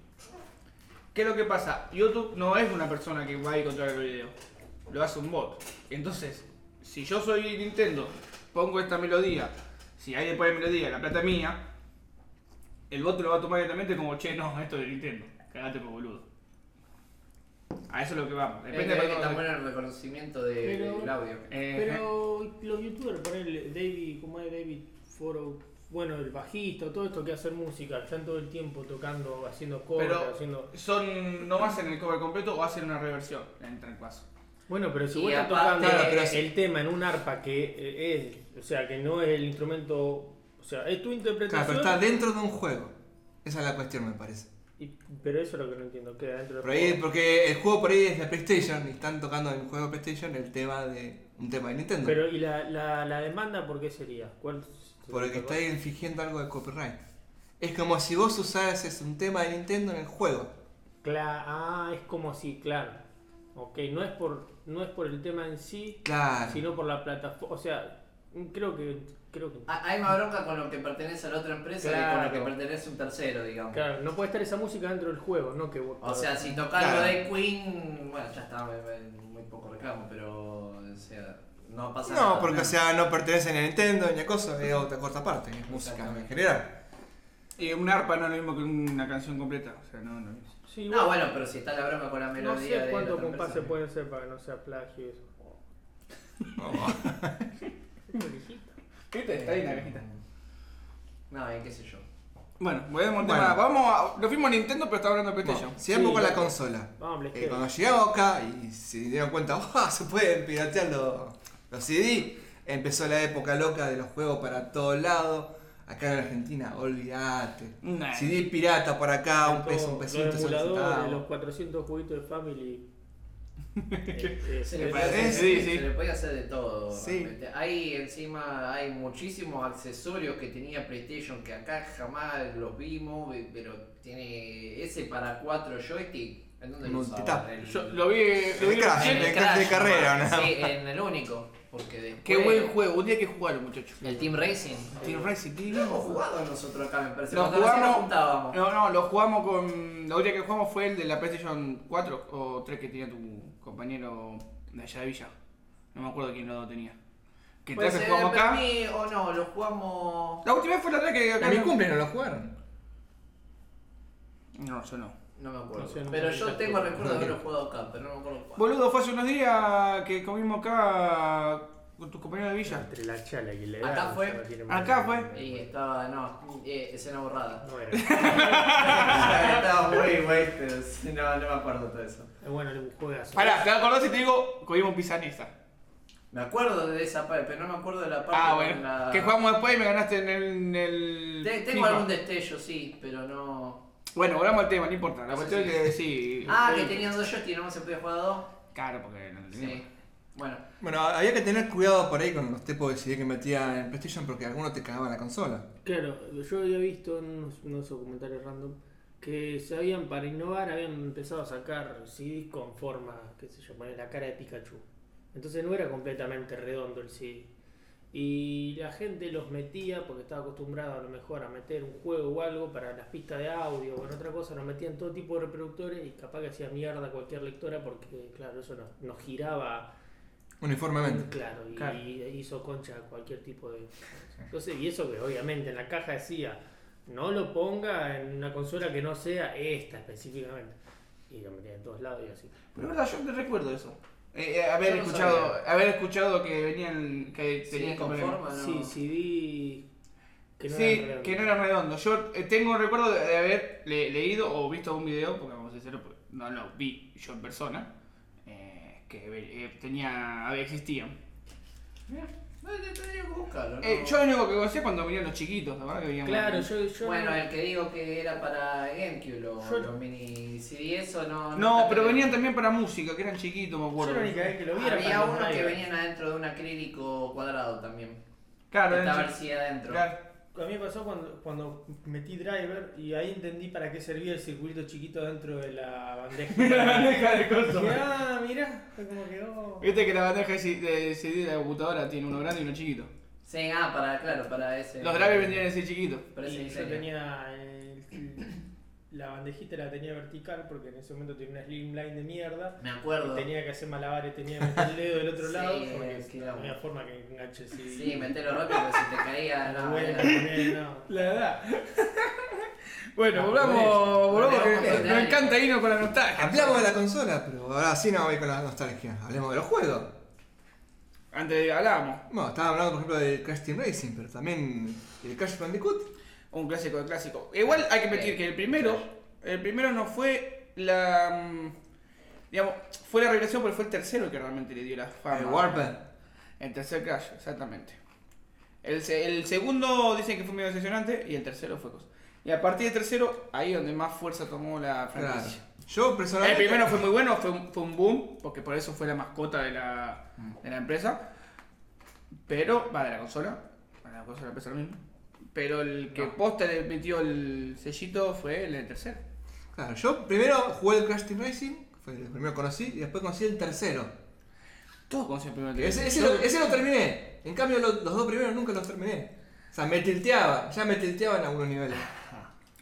S2: ¿Qué es lo que pasa? YouTube no es una persona que va a encontrar el video, lo hace un bot. Entonces, si yo soy Nintendo, pongo esta melodía, si hay después de melodía la plata es mía, el bot lo va a tomar directamente como, che, no, esto es de Nintendo, cagate por boludo. A eso es lo que vamos, depende
S1: es
S2: de
S1: que está
S2: dónde-
S1: bueno el reconocimiento de- del
S5: Pero-
S1: audio.
S2: Eh,
S5: Pero los youtubers, ponele David, ¿cómo es David Foro? Bueno, el bajista, todo esto que hace música, están todo el tiempo tocando, haciendo covers,
S2: Pero-
S5: haciendo.
S2: eh, Son, no hacen el cover completo o hacen una reversión, en tal caso.
S5: Bueno, pero si
S1: Y
S5: vos estás
S1: aparte-
S5: tocando
S1: Claro, pero
S5: el
S1: si-
S5: tema en un arpa que eh, es, o sea, que no es el instrumento, o sea, es tu
S3: Claro,
S5: interpretación.
S3: pero está dentro de un juego. Esa es la cuestión, me parece.
S5: y- pero eso es lo que no entiendo, queda dentro del
S3: Por ahí,
S5: juego.
S3: porque el juego por ahí es de PlayStation y están tocando en el juego de PlayStation el tema de un tema de Nintendo.
S5: Pero, ¿y la, la, la demanda por qué sería? ¿Cuál
S3: porque está infringiendo algo de copyright. Es como si vos usases un tema de Nintendo en el juego.
S5: Cla- ah, es como si, claro. Ok, no es por, no es por el tema en sí,
S3: Claro.
S5: sino por la plataforma. O sea, creo que. Creo que
S1: Ah, Hay más bronca con lo que pertenece a la otra empresa que con
S5: Claro.
S1: lo que pertenece a un tercero, digamos.
S5: claro, no puede estar esa música dentro del juego, no que vos-
S1: O
S3: Ah,
S1: sea, si tocas lo
S3: Claro.
S1: de Queen, bueno, ya está, me- me- muy poco reclamo, pero o sea, no pasa nada.
S3: No, porque o sea, no pertenece ni a Nintendo ni a cosa, es otra corta parte, es música en
S1: Exactamente.
S3: general.
S2: Y un arpa no es lo mismo que una canción completa, o sea, no, no es.
S5: Sí,
S1: No,
S5: bueno,
S1: bueno, pero si está la broma con la
S5: no
S1: melodía
S5: sé
S1: de
S5: cuántos
S1: la otra
S5: compases
S1: persona.
S5: pueden ser para que no sea plagio y eso.
S3: Oh.
S2: ¿Viste? Está ahí en la cajita.
S1: No, y qué sé yo.
S2: Bueno, volvemos al
S3: Bueno.
S2: tema. Vamos a. Nos fuimos a Nintendo, pero está hablando de PlayStation.
S3: Bueno, sigamos
S5: Sí.
S3: con la consola.
S5: Vamos,
S3: Eh,
S5: PlayStation.
S3: cuando llegamos acá y se dieron cuenta, "Oh, se pueden piratear los, los CD. Empezó la época loca de los juegos para todos lados. Acá en Argentina, olvídate.
S2: Nah.
S3: CD pirata por acá, un peso, un
S5: Los
S3: pesito, son
S5: emuladores,
S3: centavos.
S5: los 400 juguitos de Family. Eh, eh,
S1: Se
S5: eh,
S1: le, puede
S3: parece?
S1: hacer,
S2: Sí, sí.
S1: se le puede hacer de todo.
S3: Sí.
S1: realmente. Ahí encima hay muchísimos accesorios que tenía PlayStation que acá jamás los vimos, ve- pero tiene ese para cuatro joystick. ¿En Ah, dónde lo
S3: Multitap.
S1: usaba? El-
S2: Yo lo vi. Lo vi
S3: El Crash,
S2: recién.
S3: el Crash de carrera,
S1: bueno,
S3: nada
S1: Sí, en el único. Porque después,
S2: Qué buen juego, un día hay que jugarlo, muchachos.
S1: El Team Racing.
S2: Team Racing, qué
S1: No
S2: lindo
S1: hemos
S2: juego.
S1: jugado nosotros acá, me parece.
S2: Lo
S1: Cuando recién nos
S2: jugamos.
S1: juntábamos.
S2: No, no, lo jugamos con. La última que jugamos fue el de la PlayStation 4 o 3 que tenía tu compañero de allá de Villa. No me acuerdo quién lo tenía. Que
S1: Puede
S2: tres que
S1: ser,
S2: jugamos
S1: pero a
S2: acá.
S1: mí, o no, lo jugamos.
S2: La última vez fue la 3 que acá.
S3: En mi
S2: no-
S3: cumple no lo jugaron.
S2: No, yo no.
S1: No me acuerdo.
S5: No sé, no
S1: pero
S5: sé,
S1: yo
S5: no
S1: tengo
S5: sé.
S1: recuerdo de haberlo jugado acá, pero no me acuerdo cuál.
S2: Boludo, fue hace unos días que comimos acá con tus compañeros de Villa.
S5: Entre la chala y la
S1: Acá
S5: edad,
S1: fue,
S5: ya no tiene
S2: acá
S5: más-
S2: fue.
S1: Y estaba, no, eh, escena borrada.
S5: No era.
S1: estaba muy wasted. No, no me acuerdo todo eso.
S5: Eh, Bueno, era un juegazo.
S2: Pará, ¿te acordás si te digo comimos pizaniza?
S1: Me acuerdo de esa parte, pero no me acuerdo de la parte
S2: Ah,
S1: con
S2: bueno.
S1: la.
S2: Que jugamos después y me ganaste en el. en el
S1: Te- tengo
S2: FIFA.
S1: algún destello, sí, pero no.
S2: Bueno, volvamos al tema, no importa. La
S1: Sí,
S2: cuestión
S1: sí.
S2: es que sí.
S1: Ah, que tenían dos joysticks, no se podía jugar a dos.
S2: Claro, porque no lo teníamos.
S1: Sí. Bueno,
S3: Bueno, había que tener cuidado por ahí con los tipos de CD que metían en PlayStation porque algunos te cagaban la consola.
S5: Claro, yo había visto en unos, unos documentarios random que se habían, para innovar, habían empezado a sacar CDs con forma, qué sé yo, poner la cara de Pikachu. Entonces no era completamente redondo el CD. Y la gente los metía, porque estaba acostumbrado a lo mejor a meter un juego o algo para las pistas de audio o en otra cosa, los metían todo tipo de reproductores y capaz que hacía mierda cualquier lectora porque, claro, eso nos, nos giraba
S3: Uniformemente.
S5: Claro, y
S2: Claro.
S5: y hizo concha cualquier tipo de. Entonces, y eso que obviamente en la caja decía, no lo ponga en una consola que no sea esta específicamente. Y lo metía en todos lados y así.
S2: Pero es verdad, yo te recuerdo eso. Eh, eh, haber
S1: Yo no
S2: escuchado,
S1: sabía.
S2: haber escuchado que venían, que tenían
S1: Sí,
S2: problemas.
S1: conforma, ¿no?
S5: Sí, CD. Que no
S2: sí,
S5: era
S2: que no era redondo. Yo eh, tengo un recuerdo de, de haber le- leído o visto un video, porque vamos a decirlo, no lo vi yo en persona, eh, que ve- eh, tenía, había- existían.
S1: Mirá, no, te- tenía que buscarlo.
S2: Eh,
S1: no.
S2: yo lo único que conocía cuando venían los chiquitos, la verdad que venían
S5: Claro,
S2: más-
S5: yo. yo
S1: Bueno,
S5: no-
S1: el que digo que era para GameCube, los,
S5: Yo-
S1: los mini CD, eso no.
S2: No,
S1: nunca
S2: pero
S1: te-
S2: venían también para música, que eran chiquitos, me
S4: Yo
S2: acuerdo.
S4: la única vez que lo vi era
S1: Había
S4: para los
S1: uno que
S4: drivers.
S1: venían adentro de un acrílico cuadrado también.
S2: Claro,
S1: Estaba
S2: eran
S1: el
S2: chi-
S1: CD adentro.
S2: claro.
S4: A mí me pasó cuando, cuando metí driver y ahí entendí para qué servía el circuito chiquito dentro de la bandeja.
S2: Bandeja de coso.
S4: Dije, ah, mirá, fue como quedó.
S2: Viste que la bandeja de C- de CD de la computadora tiene uno grande y uno chiquito.
S1: Sí, ah, para, claro, para ese.
S2: Los drivers vendrían a ser chiquitos.
S1: Para ese
S4: Y yo
S1: diseño.
S4: tenía el- la bandejita la tenía vertical porque en ese momento tenía una slimline de mierda.
S1: Me
S4: y
S1: acuerdo.
S4: Tenía que hacer malabares, tenía que meter el dedo del otro
S1: Sí,
S4: lado
S1: es
S4: porque no
S1: quilombo.
S4: había forma que enganche el CD.
S1: Sí, metelo rápido porque si te caía.
S4: La
S1: No,
S4: abuela,
S1: era-
S4: no.
S2: La verdad. Bueno,
S3: Ah,
S4: No,
S2: volvamos, volvamos,
S1: Volvamos
S2: que
S1: con
S2: me
S1: nadie.
S2: encanta irnos con la nostalgia.
S3: Hablamos de la consola, pero ahora sí no voy con la nostalgia. Hablemos de los juegos.
S2: Antes hablábamos,
S3: Bueno, estaba hablando por ejemplo del Crash Team Racing, pero también el Crash Bandicoot.
S2: un clásico de clásico. Igual hay que admitir que el primero, el primero no fue la. mm, Digamos, fue la revelación porque fue el tercero que realmente le dio la fama.
S3: El Warped.
S2: El tercer Crash, exactamente. El, se- el segundo dicen que fue medio decepcionante y el tercero fue cosa. Y a partir del tercero, ahí es donde más fuerza tomó la
S3: Claro.
S2: franquicia.
S3: Yo
S2: El
S3: personalmente.
S2: primero fue muy bueno, fue un, fue un boom, porque por eso fue la mascota de la, de la empresa. Pero, va, de la consola. Va, de la consola empezó lo mismo. Pero el que posta le metió el sellito fue el del tercero.
S3: Claro, yo primero jugué el Crash Team Racing, fue el primero que conocí, y después conocí el tercero.
S2: Todos conocen el primero.
S3: Ese, ese lo, ese lo terminé. En cambio, lo- los dos primeros nunca los terminé. O sea, me tilteaba, ya me tilteaba en algunos niveles.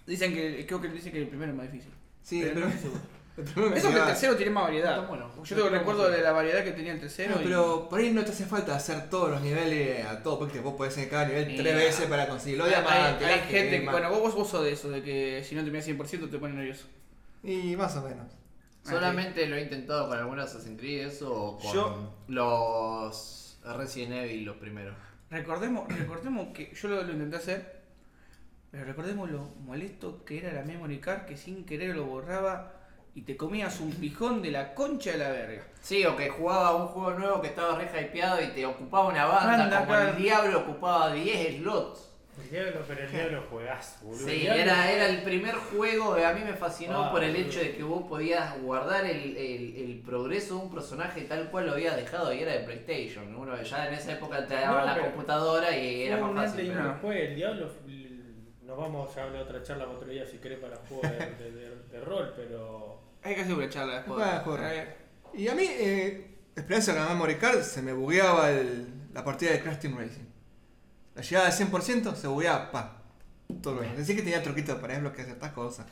S2: Dicen que, creo que dicen que el primero es más difícil.
S3: Sí,
S2: Pero
S3: pero.
S2: no estoy seguro.
S3: el primero me
S2: Eso que el
S3: pegaba.
S2: tercero tiene más variedad.
S1: Está bueno.
S2: Yo tengo el recuerdo de la variedad que tenía el tercero.
S3: No,
S2: y-
S3: pero por ahí no te hace falta hacer todos los niveles a todo, porque vos podés en cada nivel
S1: Mira.
S3: tres veces para conseguirlo.
S2: hay,
S3: diamantes,
S2: hay
S3: las
S2: gente que,
S3: gemas.
S2: bueno, vos, vos sos de eso, de que si no terminas 100% te pone nervioso.
S3: Y más o menos.
S1: Solamente lo he intentado con algunas Assassin's Creed, eso o con
S2: Yo-
S1: los Resident Evil, los primeros.
S2: Recordemos, recordemos que yo lo, lo intenté hacer, pero recordemos lo molesto que era la memory card que sin querer lo borraba y te comías un pijón de la concha de la verga.
S1: Sí, o que jugaba un juego nuevo que estaba re hypeado y te ocupaba una banda,
S2: Banda,
S1: como
S2: claro.
S1: el diablo ocupaba 10 slots.
S4: El diablo, pero el diablo juegas, boludo. El
S1: Sí,
S4: diablo-
S1: era, era el primer juego, eh, a mí me fascinó
S4: Ah,
S1: por el
S4: boludo.
S1: hecho de que vos podías guardar el, el- el progreso de un personaje tal cual lo había dejado y era de PlayStation. Uno ya en esa época te daban
S4: No,
S1: la
S4: pero-
S1: computadora y era
S4: Fue un
S1: más
S4: antes y
S1: fácil.
S4: un
S1: pero-
S4: después, el diablo. Nos vamos a hablar otra charla otro día si querés para juegos de, de- de- de rol, pero.
S2: Hay que hacer una charla después.
S3: Bueno, joder. Y a mí, eh, experiencia con la memory card, se me bugueaba el- la partida de Crash Team Racing. La llegada al 100% se bugueaba, pa. Todo bien. Decía que tenía truquitos para desbloquear ciertas cosas.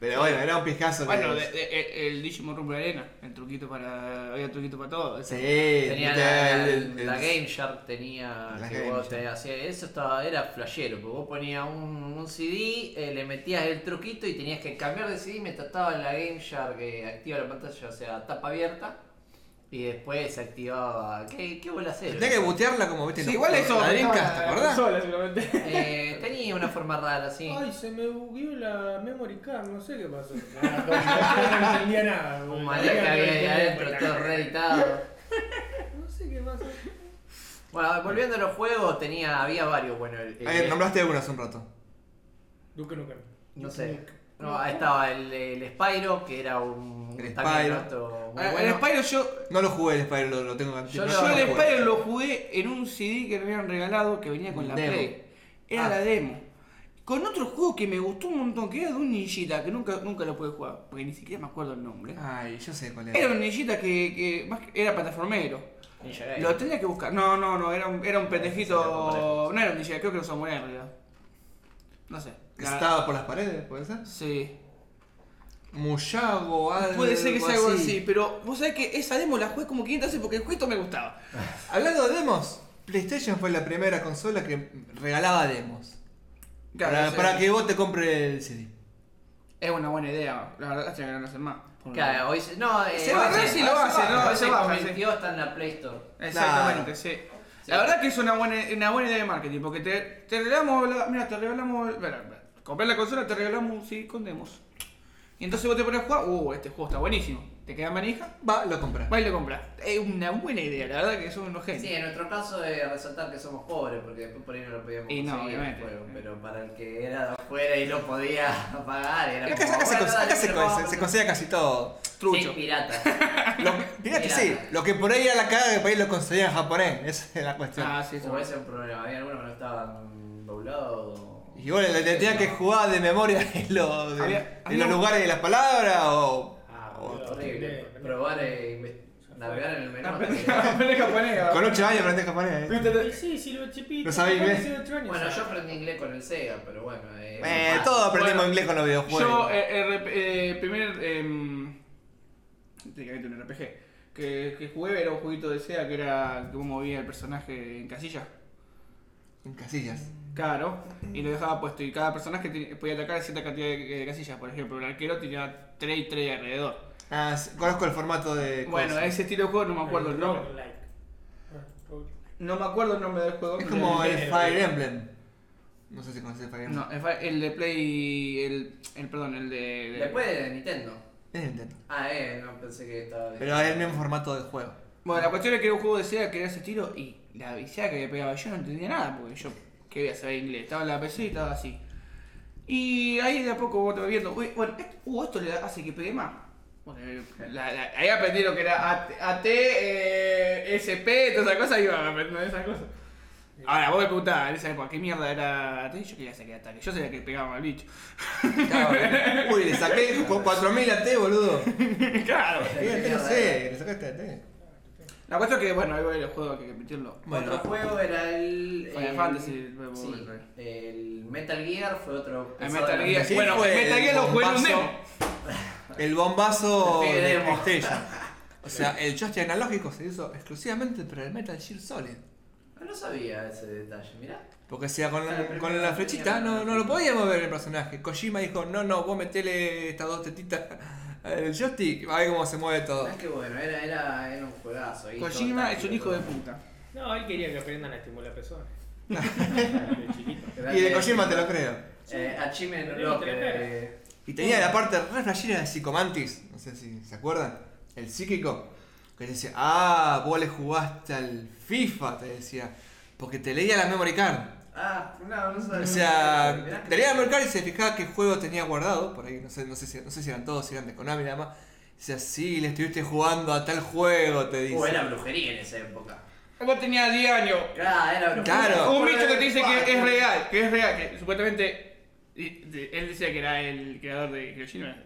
S3: Pero bueno, era un pijazo.
S2: Bueno,
S3: que-
S2: de- de- el, el Digimon Rumble Arena, el truquito para. había truquito para todo.
S3: Sí,
S2: ese.
S1: Tenía
S3: viste,
S1: la, la-
S3: Eh, el- el-
S1: la Game Shark, tenía
S3: La
S1: que
S3: Game
S1: vos
S3: Shark.
S1: te hacías- eso estaba, era flashero, porque vos ponías un, un CD, eh, le metías el truquito y tenías que cambiar de CD mientras estaba la Game Shark que activa la pantalla, o sea, tapa abierta, y después se activaba. ¿Qué, qué bola hacer?
S3: Tenía que butearla como viste.
S2: Sí,
S3: en los
S2: igual
S3: juegos,
S2: eso.
S3: La Dreamcast,
S2: estaba
S3: ¿te
S2: en la
S3: acordás?
S2: consola, seguramente.
S1: Eh, tenía una forma rara, sí.
S4: Ay, se me bugueó la memory card, no sé qué pasó. no entendía nada. boludo.
S1: Un maleta que había ahí adentro, todo reeditado.
S4: No sé qué pasó.
S1: Bueno, volviendo a los juegos, tenía, había varios, bueno, el- el-
S3: Ahí nombraste uno hace un rato.
S4: Duque Nukem.
S1: no sé. No, ahí estaba el, el Spyro, que era un
S3: El
S1: también
S3: Spyro.
S1: otro muy
S2: Ah,
S1: bueno.
S2: El Spyro yo.
S3: No lo jugué el Spyro, lo, lo tengo que
S1: Yo
S3: no,
S1: lo-
S2: Yo el
S3: jugué.
S2: Spyro lo jugué en un CD que me habían regalado que venía con la
S3: Demo.
S2: Play. Era
S3: Ah.
S2: la demo. Con otro juego que me gustó un montón, que era de un ninjita, que nunca, nunca lo pude jugar, porque ni siquiera me acuerdo el nombre.
S3: Ay, yo sé cuál
S2: Era
S3: era.
S2: un ninjita que, que más que- era plataformero.
S1: Ninja
S3: Eh.
S1: Gaiden.
S2: Lo tendría que buscar. No, no, no, era un, era un pendejito.
S1: comparé.
S2: No era un ninjita, creo que era un samurai en realidad. No sé.
S3: Que
S2: La-
S3: estaba por las paredes, ¿puede ser?
S2: Sí.
S3: Muyago, algo
S2: Puede ser que sea algo así, pero vos sabés que esa demo la jugué como 500 veces porque el jueguito me gustaba.
S3: Hablando de demos, PlayStation fue la primera consola que regalaba demos.
S2: Claro,
S3: para,
S2: sí.
S3: para que vos te compres el CD.
S2: Es una buena idea, la verdad, lástima que no lo hacen más.
S1: Claro, hoy se. No, eh,
S2: Se baja,
S1: hoy
S2: sí lo hace,
S1: hoy
S2: no, se
S1: se
S2: baja,
S1: convirtió hasta en la Play Store.
S2: Exactamente, sí. La
S1: Sí.
S2: verdad que es una buena, una buena idea de marketing, porque te, te regalamos, la- mira, te regalamos, espera, espera, compré la consola, te regalamos, sí, con demos. Y entonces vos te pones a jugar, uh, este juego está buenísimo. Te quedas manija,
S3: Va, lo compras.
S2: va y lo compras. Es una buena idea, la verdad que son unos genios.
S1: Sí, en nuestro caso de resaltar que somos pobres, porque después por ahí no lo podíamos
S2: Y no,
S1: conseguir,
S2: obviamente.
S1: bueno, pero para el que era de afuera y no podía pagar, era
S3: Acá,
S1: como,
S3: acá se,
S1: bueno,
S3: cons-
S1: dale,
S3: acá
S1: te
S3: se
S1: lo
S3: cons-
S1: compro.
S3: se consigue casi todo.
S1: Sí,
S2: Trucho.
S1: pirata.
S3: Lo que, fíjate, sí,
S1: Pirata.
S3: lo que por ahí era la cara de país lo conseguían en japonés. Esa es la cuestión.
S2: Ah, sí, sí.
S1: Como ese es un problema, había algunos que no estaban doblados. o-
S3: Y bueno, le tenía que jugar de memoria en los, de-
S2: Había-
S3: en
S2: había
S3: los
S2: un-
S3: lugares de las palabras o
S4: Ah,
S3: Oh,
S4: boludo,
S1: Horrible.
S4: aprendé-
S1: Probar e inve- navegar en el menú. hasta que-
S2: Aprendés japonés, ahora.
S3: con 8 años aprendés japonés. ¿eh?
S4: aprendí- Y Sí, sí, lo chipito.
S3: No sabía inglés.
S1: Bueno,
S4: Ah,
S1: yo aprendí inglés con el Sega, pero bueno. Eh,
S3: Eh,
S1: ah,
S3: todos aprendimos
S2: Bueno,
S3: inglés con los videojuegos.
S2: Yo, eh, eh, rep- eh, primer. em, técnicamente un RPG. Que, que jugué era un jueguito de SEA que era que vos movías el personaje en casilla.
S3: En casillas.
S2: Claro, y lo dejaba puesto. Y cada personaje te- podía atacar cierta cantidad de, de casillas. Por ejemplo, el arquero tenía 3 y 3 alrededor.
S3: Ah, sí, conozco el formato de.
S2: Bueno,
S3: cosas.
S2: ese estilo de juego no me acuerdo el nombre.
S4: Ah,
S2: No me acuerdo el nombre del juego.
S3: es como
S4: el-
S3: el Fire Emblem. No sé si conoces el Fire Emblem.
S2: No, el, fa- el de Play. El, el- perdón, el de. de-
S1: Después de Nintendo.
S3: Es Nintendo.
S1: Ah, eh, no pensé que estaba.
S3: Pero es el mismo formato de juego.
S2: Bueno, la cuestión es que era un juego de SEA que era ese estilo y la viciada que le pegaba yo no entendía nada porque yo que voy a saber inglés, estaba en la PC y estaba así. Y ahí de a poco vos te vas viendo, uy, bueno, esto, uh, esto le hace que pegue más. Bueno, eh, la- la- ahí aprendí lo que era AT, AT, eh, SP, todas esas cosas, iba aprendiendo esas cosas. Ahora, vos me preguntabas en esa época, ¿qué mierda era AT? Yo quería saber que ataque, yo sabía que pegaba mal bicho.
S3: Uy, le saqué con 4000 a T, boludo.
S2: claro.
S3: Fíjate, no sé, le sacaste a T.
S2: La cuestión es que, bueno, ahí va el juego, hay que meterlo.
S3: Bueno.
S1: otro juego era el.
S2: Final
S1: el-
S2: Fantasy, el nuevo
S1: eh, sí,
S2: Metroid.
S1: el Metal Gear fue otro.
S2: El Metal Gear,
S3: Sí,
S2: bueno,
S3: fue
S2: el Metal Gear lo
S3: el
S2: jugué en un
S3: bombazo.
S2: demo.
S3: El bombazo
S1: Sí,
S3: de
S1: demo.
S3: PlayStation. O sea, el joystick analógico se hizo exclusivamente para el Metal Gear Solid.
S1: Ah, No sabía ese detalle, mirá.
S3: Porque sea con,
S1: Ah, pero
S3: con
S1: no
S3: la
S1: lo
S3: flechita
S1: tenía,
S3: no,
S1: no.
S3: no lo podía mover el personaje. Kojima dijo, no, no, vos metele estas dos tetitas al joystick, a ver cómo se mueve todo.
S1: Es que bueno, era, era, era un juegazo. ahí, todo
S2: Kojima es
S1: táctico,
S2: un hijo de
S1: todo.
S2: puta.
S4: No, él quería que aprendan a estimular pezones. De chiquito.
S3: Y de Kojima te lo creo.
S1: Eh, Achimen
S4: Sí,
S1: Unlocked,
S4: te lo creo.
S1: eh,
S3: Y tenía la parte re flashera de Psicomantis, no sé si se acuerdan, el psíquico, que te decía, ah, vos le jugaste al FIFA, te decía, porque te leía la memory card.
S1: Ah, no, no sabía.
S3: O sea,
S1: Mirá que-
S3: te leía la memory card y se fijaba qué juego tenía guardado, por ahí, no sé, no sé, si, no sé si eran todos, si eran de Konami nada más. Decía, sí, le estuviste jugando a tal juego, te
S1: Uh,
S3: dice.
S1: era brujería en esa época.
S2: Vos tenías 10 años.
S1: Claro, era brujería.
S3: Claro.
S2: Un bicho que te dice que es real, que es real, que supuestamente. y- de- Él decía que era el creador de Kojima.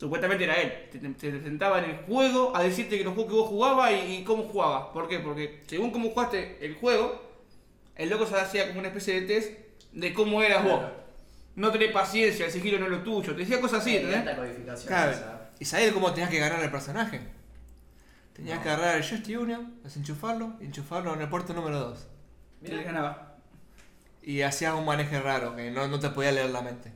S2: Supuestamente era él. Te, te- te sentaba en el juego a decirte que los juegos que vos jugabas y, y cómo jugabas. ¿Por qué? Porque según cómo jugaste el juego, el loco se hacía como una especie de test de cómo eras vos. No tenés paciencia, el sigilo no es lo tuyo. Te decía cosas así, ¿eh?
S1: Sí,
S2: ¿entendés?
S1: alta codificación. esa.
S3: Claro, ¿y sabés cómo tenías que agarrar al personaje? Tenías
S1: No.
S3: que agarrar el joystick 1, desenchufarlo, y enchufarlo en el puerto número 2.
S2: Y le ganaba.
S3: Y hacías un maneje raro, que no, no te podía leer la mente.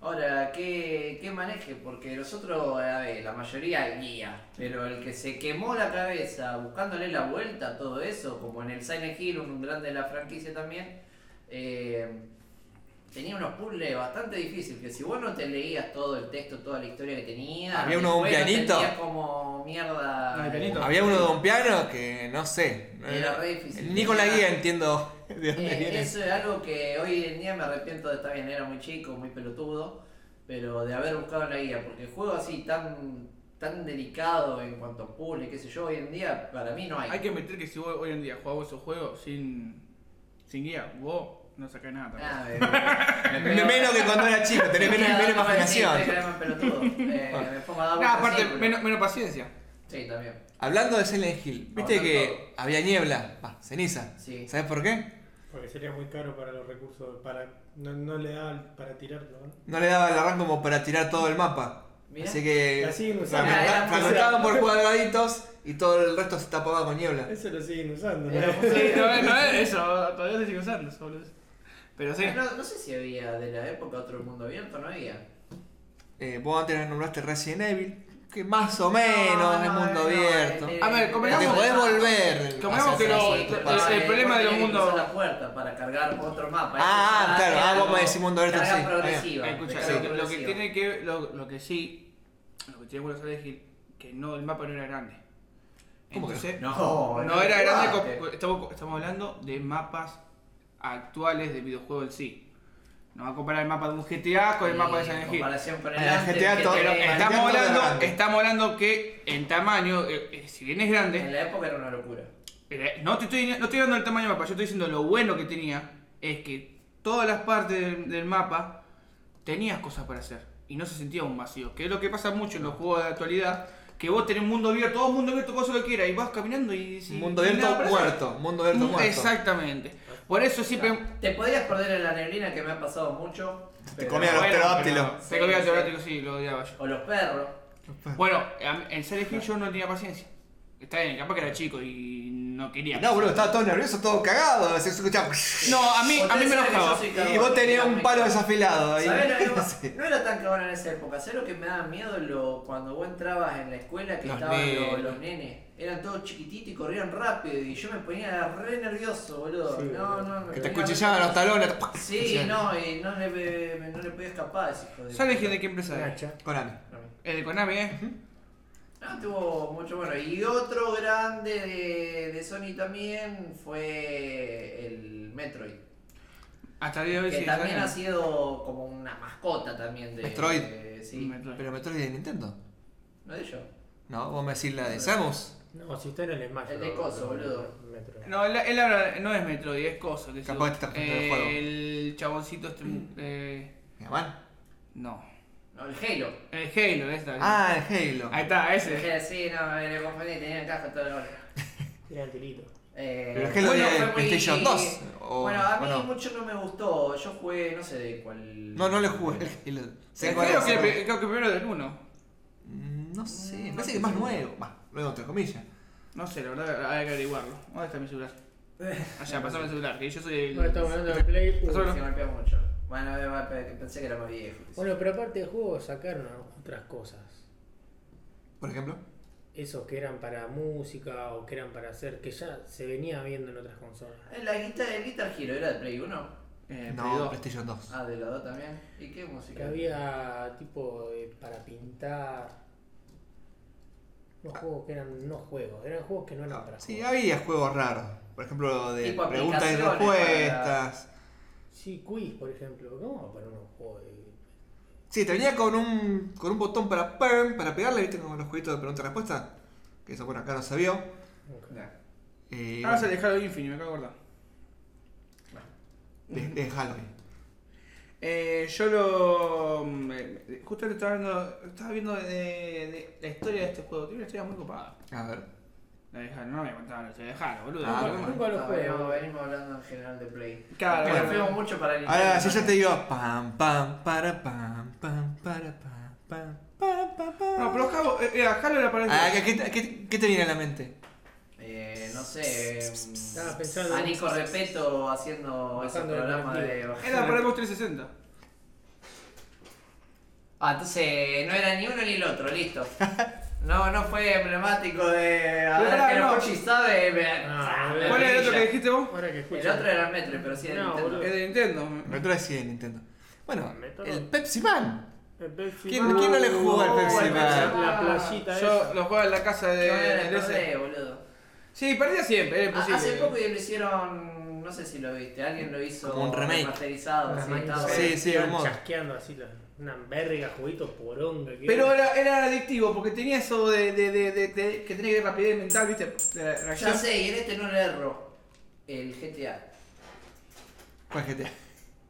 S1: Ahora, ¿qué, qué maneje? Porque nosotros, a ver, la mayoría guía, pero el que se quemó la cabeza buscándole la vuelta a todo eso, como en el Silent Hill, un grande de la franquicia también, eh, tenía unos puzzles bastante difíciles, que si vos no te leías todo el texto, toda la historia que tenía,
S3: Había uno de un
S1: después no
S3: pianito.
S1: sentías como mierda.
S2: Ah, el pianito.
S1: eh,
S3: Había uno de un piano que no sé. no
S1: Era re difícil.
S3: Ni con la guía entiendo de dónde
S1: Eh,
S3: viene.
S1: eso es algo que hoy en día me arrepiento de estar bien, era muy chico, muy pelotudo, pero de haber buscado la guía, porque juego así tan tan delicado en cuanto a puzzle, qué sé yo, hoy en día para mí no hay.
S2: Hay que admitir que si vos hoy en día jugás esos juegos sin, sin guía, vos no sacás nada. tampoco.
S1: Ah, me- me pego-
S3: Menos que cuando era chico, tenés
S1: me
S3: menos,
S1: pego dando
S3: menos
S1: vueltas, sí,
S3: imaginación.
S1: estoy más pelotudo. Eh, me pongo a dar
S2: No,
S1: vueltas
S2: aparte,
S1: al círculo.
S2: menos, menos paciencia.
S1: Sí, también.
S3: Hablando de Silent Hill, viste
S1: Hablando
S3: que
S1: de todo.
S3: había niebla, va, ceniza.
S1: Sí.
S3: ¿Sabes por qué?
S4: Porque sería muy caro para los recursos, para no, no le daban para tirarlo. ¿no?
S3: No le daba el arranque como para tirar todo el mapa.
S1: Mirá.
S3: Así que
S4: La siguen usando.
S1: Mirá, era
S3: fragmenta-
S1: muy
S3: fragmentaban por cuadraditos y todo el resto se tapaba con niebla.
S4: Eso lo siguen usando. ¿no?
S1: Era-
S2: Sí, no, es- no es eso, todavía se sigue usando. Solo eso. Pero sí,
S1: No, no sé si había de la época otro mundo abierto, no había.
S3: Eh, vos antes nombraste Resident Evil, que más o menos en el mundo
S1: no,
S3: abierto.
S1: eh,
S2: A ver,
S1: eh,
S2: convengamos-
S1: pero-
S3: Te podés volver
S2: Convengamos
S3: hacia
S2: que
S3: atrás
S2: lo-
S3: de tu
S2: el-
S3: paso.
S2: el problema del
S1: Porque
S2: mundo-
S1: cruzar la puerta para cargar otro mapa.
S3: Ah,
S1: Eso ya
S3: claro,
S1: es
S3: ah, vos
S1: algo-
S3: me decís mundo abierto,
S1: carga
S3: sí,
S1: progresiva,
S2: Eh, escuchá,
S1: carga
S3: sí.
S2: lo, que, lo que
S1: progresiva.
S2: tiene que lo, lo que sí, lo que tiene bueno saber es que- que no, el mapa no era grande.
S3: ¿Cómo que no?
S2: Entonces,
S1: No,
S2: no era grande,
S1: jugate.
S2: co- estamos, estamos hablando de mapas actuales de videojuego en sí. No va a comparar el mapa de un GTA con el mapa de
S1: Y
S2: San
S1: en
S2: Hill.
S1: comparación con el
S3: Ah,
S1: antes,
S3: GTA
S1: que
S3: todo-
S2: Pero
S1: tenía-
S2: estamos
S3: todo era
S2: hablando,
S3: grande.
S2: estamos hablando que en tamaño, eh, eh, si bien es grande,
S1: En la época era una locura.
S2: Era- No te estoy, no estoy hablando del tamaño del mapa, yo estoy diciendo lo bueno que tenía es que todas las partes del, del mapa tenías cosas para hacer y no se sentía un vacío, que es lo que pasa mucho en los juegos de la actualidad, que vos tenés mundo abierto, todo mundo abierto, cosa lo quiera y vas caminando y decís,
S3: Mundo
S2: no hay nada
S3: abierto
S2: para hacer. Mm,
S3: muerto, mundo abierto muerto.
S2: Exactamente. Por eso siempre
S1: Te podías perder en la neblina que me ha pasado mucho. pero-
S3: comía los- pterodáctilos.
S2: pero- Te comía
S1: Sí,
S2: los pterodáctilos, sí, lo odiaba yo.
S1: O los perros.
S2: Bueno, a- en Silent Hill yo no tenía paciencia. Está bien, capaz que era chico y no quería.
S3: No, bro, estaba todo nervioso, todo cagado. Se escuchaba.
S2: No, a mí, a mí me enojaba.
S3: Y vos tenías un palo desafilado ahí.
S1: ¿Sabés lo que más-
S3: Sí.
S1: No era tan cabrón en esa época. ¿Sabés lo que me daba miedo lo, cuando vos entrabas en la escuela que
S3: Los
S1: estaban lo-
S3: nenes.
S1: los nenes? Eran todos chiquititos y corrían rápido y yo me ponía re nervioso, boludo.
S5: Sí,
S1: no, no, me
S3: Que te
S1: ponía-
S3: acuchillaban los talones.
S1: Sí, no, y no le, me- me- no le podía escapar a ese hijo de...
S2: ¿Silent Hill de qué empresa es?
S5: Gacha.
S3: Konami.
S2: El de Konami, ¿eh?
S1: No, tuvo mucho bueno. Y otro grande de, de Sony también fue el Metroid.
S2: Hasta el día de hoy
S1: que
S2: sí.
S1: también
S2: salen.
S1: ha sido como una mascota también de...
S3: Metroid.
S1: de- sí,
S2: Metroid.
S3: Pero Metroid de Nintendo.
S1: no de yo.
S3: No, vos me decís la de Samus.
S5: No, si está en el Smash.
S1: El de
S5: lo-
S1: coso,
S5: lo-
S1: boludo.
S5: Metro.
S2: No, él, él habla- no es Metroid, es cosa. Que
S3: Capaz que está frente al juego.
S2: El chaboncito este. Eh,
S3: Mi mamá.
S2: no.
S1: No, el Halo.
S2: El Halo, esta.
S3: Ah, el Halo.
S2: Ahí está, ese.
S1: Eh, Sí, no, me confundí, tenía caja todo el gol.
S5: Era el tirito.
S1: Eh,
S3: Pero es que lo de
S1: fue muy-
S3: PlayStation 2, o-
S1: bueno, a
S3: o
S1: mí
S3: no.
S1: mucho no me gustó. Yo jugué, no sé de cuál.
S3: No, no le jugué el Halo. Sé
S2: Eh,
S3: cuál
S2: creo,
S3: es,
S2: que,
S3: sé cuál
S2: pe-
S3: es.
S2: creo que primero del 1.
S3: Mm, No sé, me
S1: No
S3: parece
S1: estoy
S3: que es más
S1: seguro.
S3: nuevo. Va, nuevo entre comillas.
S2: No sé, la verdad, hay que averiguarlo. ¿Dónde está mi celular?
S1: Eh.
S2: Allá, pasame el celular, que yo soy el.
S5: No, estamos hablando de Play uno.
S2: Solo-
S1: Se golpea mucho. Bueno, eh, va, pe- pensé que era más viejo.
S5: Bueno, pero aparte de juegos sacaron otras cosas.
S3: Por ejemplo.
S5: Esos que eran para música o que eran para hacer, que ya se venía viendo en otras consolas.
S1: Eh, La guita, el Guitar Hero era de Play 1.
S2: Eh, Play
S3: No,
S2: 2.
S3: PlayStation 2.
S1: Ah, de la 2 también. ¿Y qué
S5: Que
S1: música?
S5: había tipo de- para pintar. Unos juegos que eran no juegos, eran juegos que no eran para
S3: Ah, Sí,
S5: juegos.
S3: había juegos raros. Por ejemplo, de
S1: Tipo
S3: preguntas y
S1: aplicaciones para-
S3: respuestas.
S5: Sí, quiz, por ejemplo. ¿Cómo para unos juegos de.?
S3: Sí, te venía con un, con un botón para perm, para pegarle, ¿viste? Como los jueguitos de pregunta-respuesta. Que eso, bueno, acá no se vio.
S1: Nah.
S3: Eh,
S2: Ahora Ah, se el Halo Infinite, me acabo de acordar.
S3: de, de Halloween.
S2: Eh, yo lo. mm, me- Justo lo estaba viendo, estaba viendo de, de la historia de este juego. Tiene una historia muy copada.
S3: A ver.
S2: La de Halo, no me contaban la historia de Halo, boludo.
S3: Ah,
S2: No,
S5: nunca,
S2: no, no.
S5: nunca los
S1: Ah, venimos,
S5: juegos.
S1: venimos hablando en general de Play.
S2: Claro,
S1: Pero
S2: bueno.
S1: fuimos mucho para
S2: Ah,
S1: el
S3: Ahora, si yo te
S1: también.
S3: digo pam, pam, para, pam, pam, para, pam, pam, pam, pam, pam.
S2: No, pero Halo, eh, eh, Halo era para el
S3: Ah, ¿qué, qué, qué- qué te viene a la mente?
S1: Eh, no sé.
S5: Estaba
S1: mm,
S5: pensando.
S1: A Nico Repeto haciendo ese
S5: Bajando el
S1: programa
S5: perfil.
S1: de.
S2: Era para Xbox 360.
S1: Ah, entonces no era ni uno ni el otro, listo. No, no fue emblemático de. A
S2: Pero
S1: ver,
S2: pará,
S1: que
S2: no.
S1: no. Pochi sabe. eh, me-
S5: Ah,
S1: me
S2: ¿Cuál era el otro que
S1: brilla.
S2: dijiste vos?
S5: Ahora que escucho.
S1: El otro era el Metro, pero sí era
S5: No,
S1: Nintendo.
S5: boludo.
S2: El de Nintendo.
S3: Retro sí de Nintendo.
S1: Ah,
S3: Bueno,
S5: Metro.
S3: el Pepsi Man.
S5: El Pepsi
S3: ¿Quién,
S5: Man.
S3: quién no le jugó al
S1: Oh,
S3: Pepsi
S1: el Pepsi
S3: Man?
S1: Man.
S5: La playita
S2: Yo
S5: esa.
S2: lo jugaba en la casa de.
S1: Qué manera de
S2: de ese.
S1: perder, boludo.
S2: Sí, perdía siempre, era
S1: Ah,
S2: imposible.
S1: Hace poco lo hicieron. No sé si lo viste, alguien lo hizo.
S3: Como un remake.
S1: Remasterizado,
S5: Las
S1: sí,
S5: manitas
S1: estaba-
S3: Sí, sí,
S5: iban
S3: hermoso.
S5: chasqueando así la- una verga, juguito poronga. que
S2: Pero
S5: era.
S2: era, era adictivo porque tenía eso de, de, de, de- de- que tenía que ver rapidez mental, ¿viste? De la reacción.
S1: Ya sé, y en este no le erro. El GTA.
S3: ¿Cuál GTA?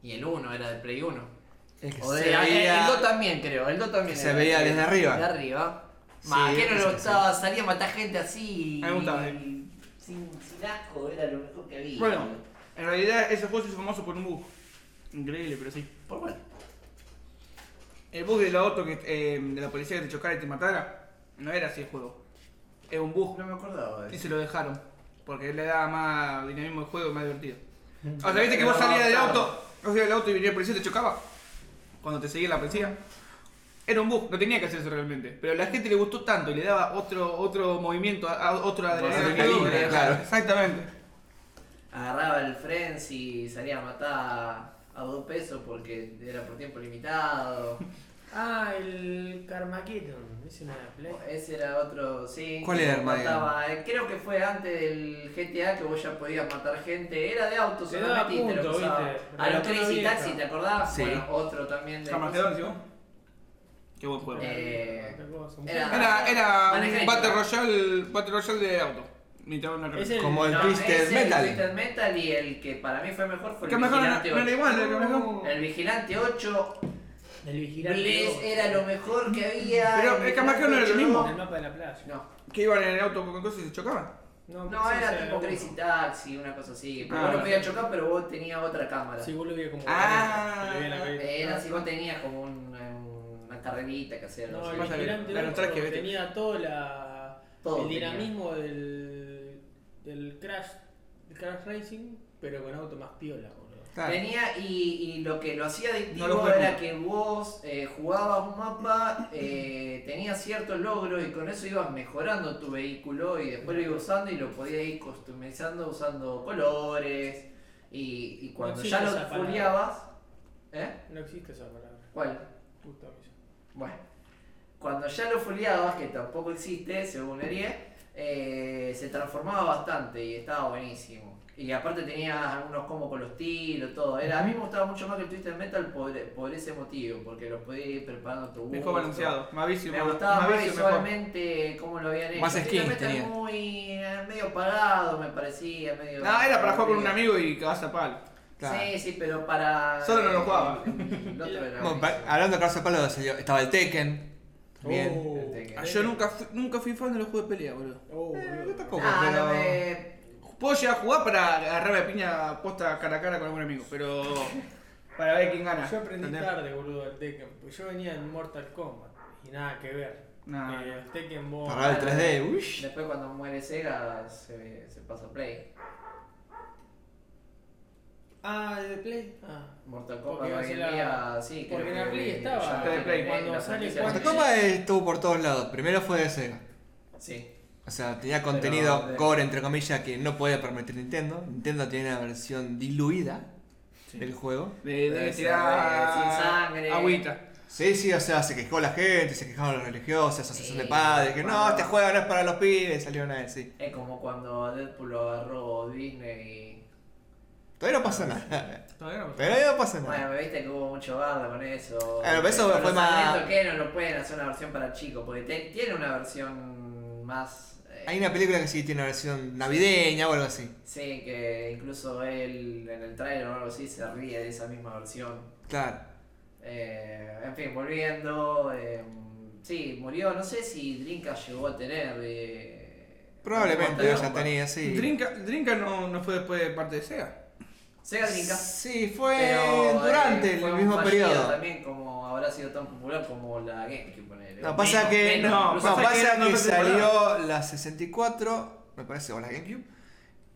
S1: Y el 1 era de Play 1.
S3: El que
S1: O de-
S3: se
S1: el-
S3: veía-
S1: eh, El 2 también, creo. El 2 también.
S3: Que se
S1: era-
S3: veía desde arriba.
S1: De arriba.
S3: Sí,
S1: Más que no
S3: sí,
S1: le
S3: sí.
S1: gustaba, salía a matar gente así.
S2: A mí me gustaba,
S1: y-
S2: eh.
S1: Sin, sin asco, era lo mejor que había.
S2: Bueno, en realidad ese juego se hizo famoso por un bug. Increíble, pero sí.
S1: ¿Por cuál?
S2: El bug del auto que, eh, de la policía que te chocara y te matara no era así el juego. Era un bug.
S1: No me acordaba de
S2: Y
S1: eso.
S2: se lo dejaron. Porque le daba más dinamismo al juego y más divertido. O sea, viste que vos salías del auto, vos salías del auto y venía el policía y te chocaba. Cuando te seguía la policía. Era un bug, no tenía que hacerse realmente. Pero a la gente le gustó tanto y le daba otro, otro movimiento, a, a- otro adrenalina.
S3: adrenalina,
S2: libre,
S3: claro.
S2: Exactamente.
S1: Agarraba el Friends y salía a matar a dos pesos porque era por tiempo limitado.
S5: Ah, el Carmageddon. Ese no era Play.
S1: Ese era otro, sí.
S3: ¿Cuál
S1: que
S3: era,
S1: mataba- Eh, Creo que fue antes del GTA que vos ya podías matar gente. Era de autos,
S5: Te daba
S1: solamente y te lo
S5: punto,
S1: cruzaba. A
S5: ¿viste?
S1: los
S5: Relató la
S1: Crazy
S5: vieja.
S1: Taxi, ¿te acordás?
S3: Sí.
S1: Bueno, otro también de.
S2: Carmageddon, ¿sí vos? Qué buen juego.
S1: Eh,
S5: Otra cosa, un
S1: era-
S2: Era, era
S1: Manejé.
S2: un Battle Royale, Battle Royale de auto. Mientras una
S5: Ese-
S3: Como el
S1: no,
S3: Twisted
S1: ese,
S3: Metal.
S1: El Twisted Metal y el que para mí fue mejor fue el
S2: Que mejor no,
S1: Vigilante
S2: no era
S1: 8.
S2: igual, era mejor.
S1: El Vigilante 8,
S5: Del vigilante.
S1: Blaze
S5: dos.
S1: era lo mejor que había.
S2: Pero
S1: el
S2: es que Carmageddon no era lo
S1: Vigilante
S2: mismo.
S5: En el mapa de la playa.
S1: No,
S2: Que iban en el auto con cosas y se chocaban.
S1: no
S5: sí,
S1: era
S5: sí,
S1: tipo
S5: uno.
S1: Crazy Taxi, una cosa así. Pero
S2: Ah,
S1: vos no
S2: no.
S1: podías chocar, pero vos tenías otra cámara.
S4: Sí, vos lo veías como.
S2: Ah.
S4: lo veías en la cabeza.
S1: Era si vos tenías como un- una carrerita que hacer.
S5: No, el
S2: Pasa que
S5: vigilante
S2: la
S5: dos
S2: nostalgia, ¿viste?
S5: tenía todo la,
S1: Todo
S5: el
S1: tenía.
S5: dinamismo del, del crash, del crash racing, pero con auto más piola, boludo.
S3: Claro.
S1: Tenía y, y lo que lo hacía adictivo
S2: Ah. No lo jugué
S1: era
S2: nunca.
S1: que vos eh, jugabas un mapa, eh, tenías cierto logro y con eso ibas mejorando tu vehículo y después lo ibas usando y lo podías ir customizando usando colores y, y cuando
S5: existe
S1: ya lo
S5: esa palabra.
S1: foliabas... ¿Eh?
S5: No existe esa palabra.
S1: ¿Cuál?
S5: Puta misa.
S1: Bueno, cuando ya lo foliabas, que tampoco existe, según Erie, eh, se transformaba bastante y estaba buenísimo. Y aparte tenía algunos combos con los tiros, todo. Era, a mí me gustaba mucho más que el Twisted Metal por, por ese motivo, porque lo podías ir preparando a tu gusto.
S2: Mejor balanceado, más vicio,
S1: Me
S2: más-
S1: gustaba
S2: más
S1: más
S2: vicio, mejor.
S1: visualmente cómo lo habían hecho.
S3: Más
S1: El
S3: skins
S1: Twisted Metal
S3: tenía.
S1: muy eh, medio pagado, me parecía, medio.
S2: Ah, era para jugar con un amigo y cagarse a palo.
S3: Claro.
S1: Sí, sí, pero para. eh,
S2: Solo no lo jugaba.
S1: El otro era
S3: Bueno,
S1: buenísimo.
S3: pa- hablando de Carlos Palo, salió- estaba el Tekken. Bien.
S5: Oh,
S1: Tekken.
S2: Ah, yo nunca fui, nunca fui fan de los juegos de pelea, boludo.
S5: oh,
S3: Eh,
S5: boludo.
S3: yo tampoco,
S1: Ah, no
S3: pero.
S1: me-
S2: Puedo llegar a jugar para agarrarme a piña posta cara a cara con algún amigo, pero. Para ver quién gana.
S5: Yo aprendí
S2: ¿entendés?
S5: tarde, boludo, al Tekken, porque yo venía en Mortal Kombat y nada que ver.
S2: No,
S5: Eh, el Tekken vos.
S3: Para el 3D, uish.
S1: Después cuando muere Sega se, se pasa a Play.
S5: Ah, el de Play. Ah.
S1: Mortal
S5: Porque
S1: Kombat hoy en
S5: la-
S1: día sí.
S5: porque
S1: creo
S5: la
S1: que
S5: Play
S1: ya
S5: estaba,
S1: está
S2: de
S1: en
S2: Play.
S1: la
S5: Cuando sale
S1: franquicia
S5: Juan-
S1: de
S3: Mortal
S1: Play.
S3: Kombat estuvo por todos lados. Primero fue de Sega.
S1: Sí.
S3: O sea, tenía contenido
S1: Pero de-
S3: gore, entre comillas, que no podía permitir Nintendo. Nintendo tenía una versión diluida del juego.
S2: De, de
S1: Debe ser,
S2: tirar.
S1: eh, sin sangre.
S2: Agüita.
S3: Sí, sí, o sea, se quejó la gente, se quejaron los religiosos, asociación de
S1: Sí,
S3: padres, que no,
S1: papá.
S3: este juego no es para los pibes, salieron a decir.
S1: Es como cuando Deadpool lo agarró Disney
S3: Todavía no pasa nada.
S2: Todavía no.
S3: Pero no pasa
S1: y...
S3: nada.
S1: Bueno, me viste que hubo mucho bardo con eso.
S3: Ah, pero eso
S1: Con
S3: fue
S1: los
S3: más-
S1: Sarmiento que no lo pueden hacer una versión para chicos, porque te- tiene una versión más... eh,
S3: Hay una película que sí tiene una versión navideña o algo así.
S1: Sí, que incluso él en el trailer o algo así se ríe de esa misma versión.
S3: Claro.
S1: Eh, en fin, volviendo. eh, sí, murió. No sé si Drinka llegó a tener. eh,
S3: Probablemente
S1: Mortal
S3: haya
S1: Kombat.
S3: tenido, sí.
S2: Drinka, Drinka no, no fue después de parte de Sega.
S1: Sega Drinka.
S3: Sí, fue
S1: pero,
S3: durante
S1: eh, fue
S3: el
S1: un
S3: mismo
S1: fallido
S3: periodo.
S1: También como habrá sido tan popular como la GameCube. ponele.
S3: No,
S1: O
S3: pasa
S1: menos,
S3: que,
S1: menos,
S3: no,
S1: incluso.
S3: no,
S2: pasa que
S3: pasa
S2: no
S3: que
S2: fue
S3: salió la 64, me parece, o la GameCube,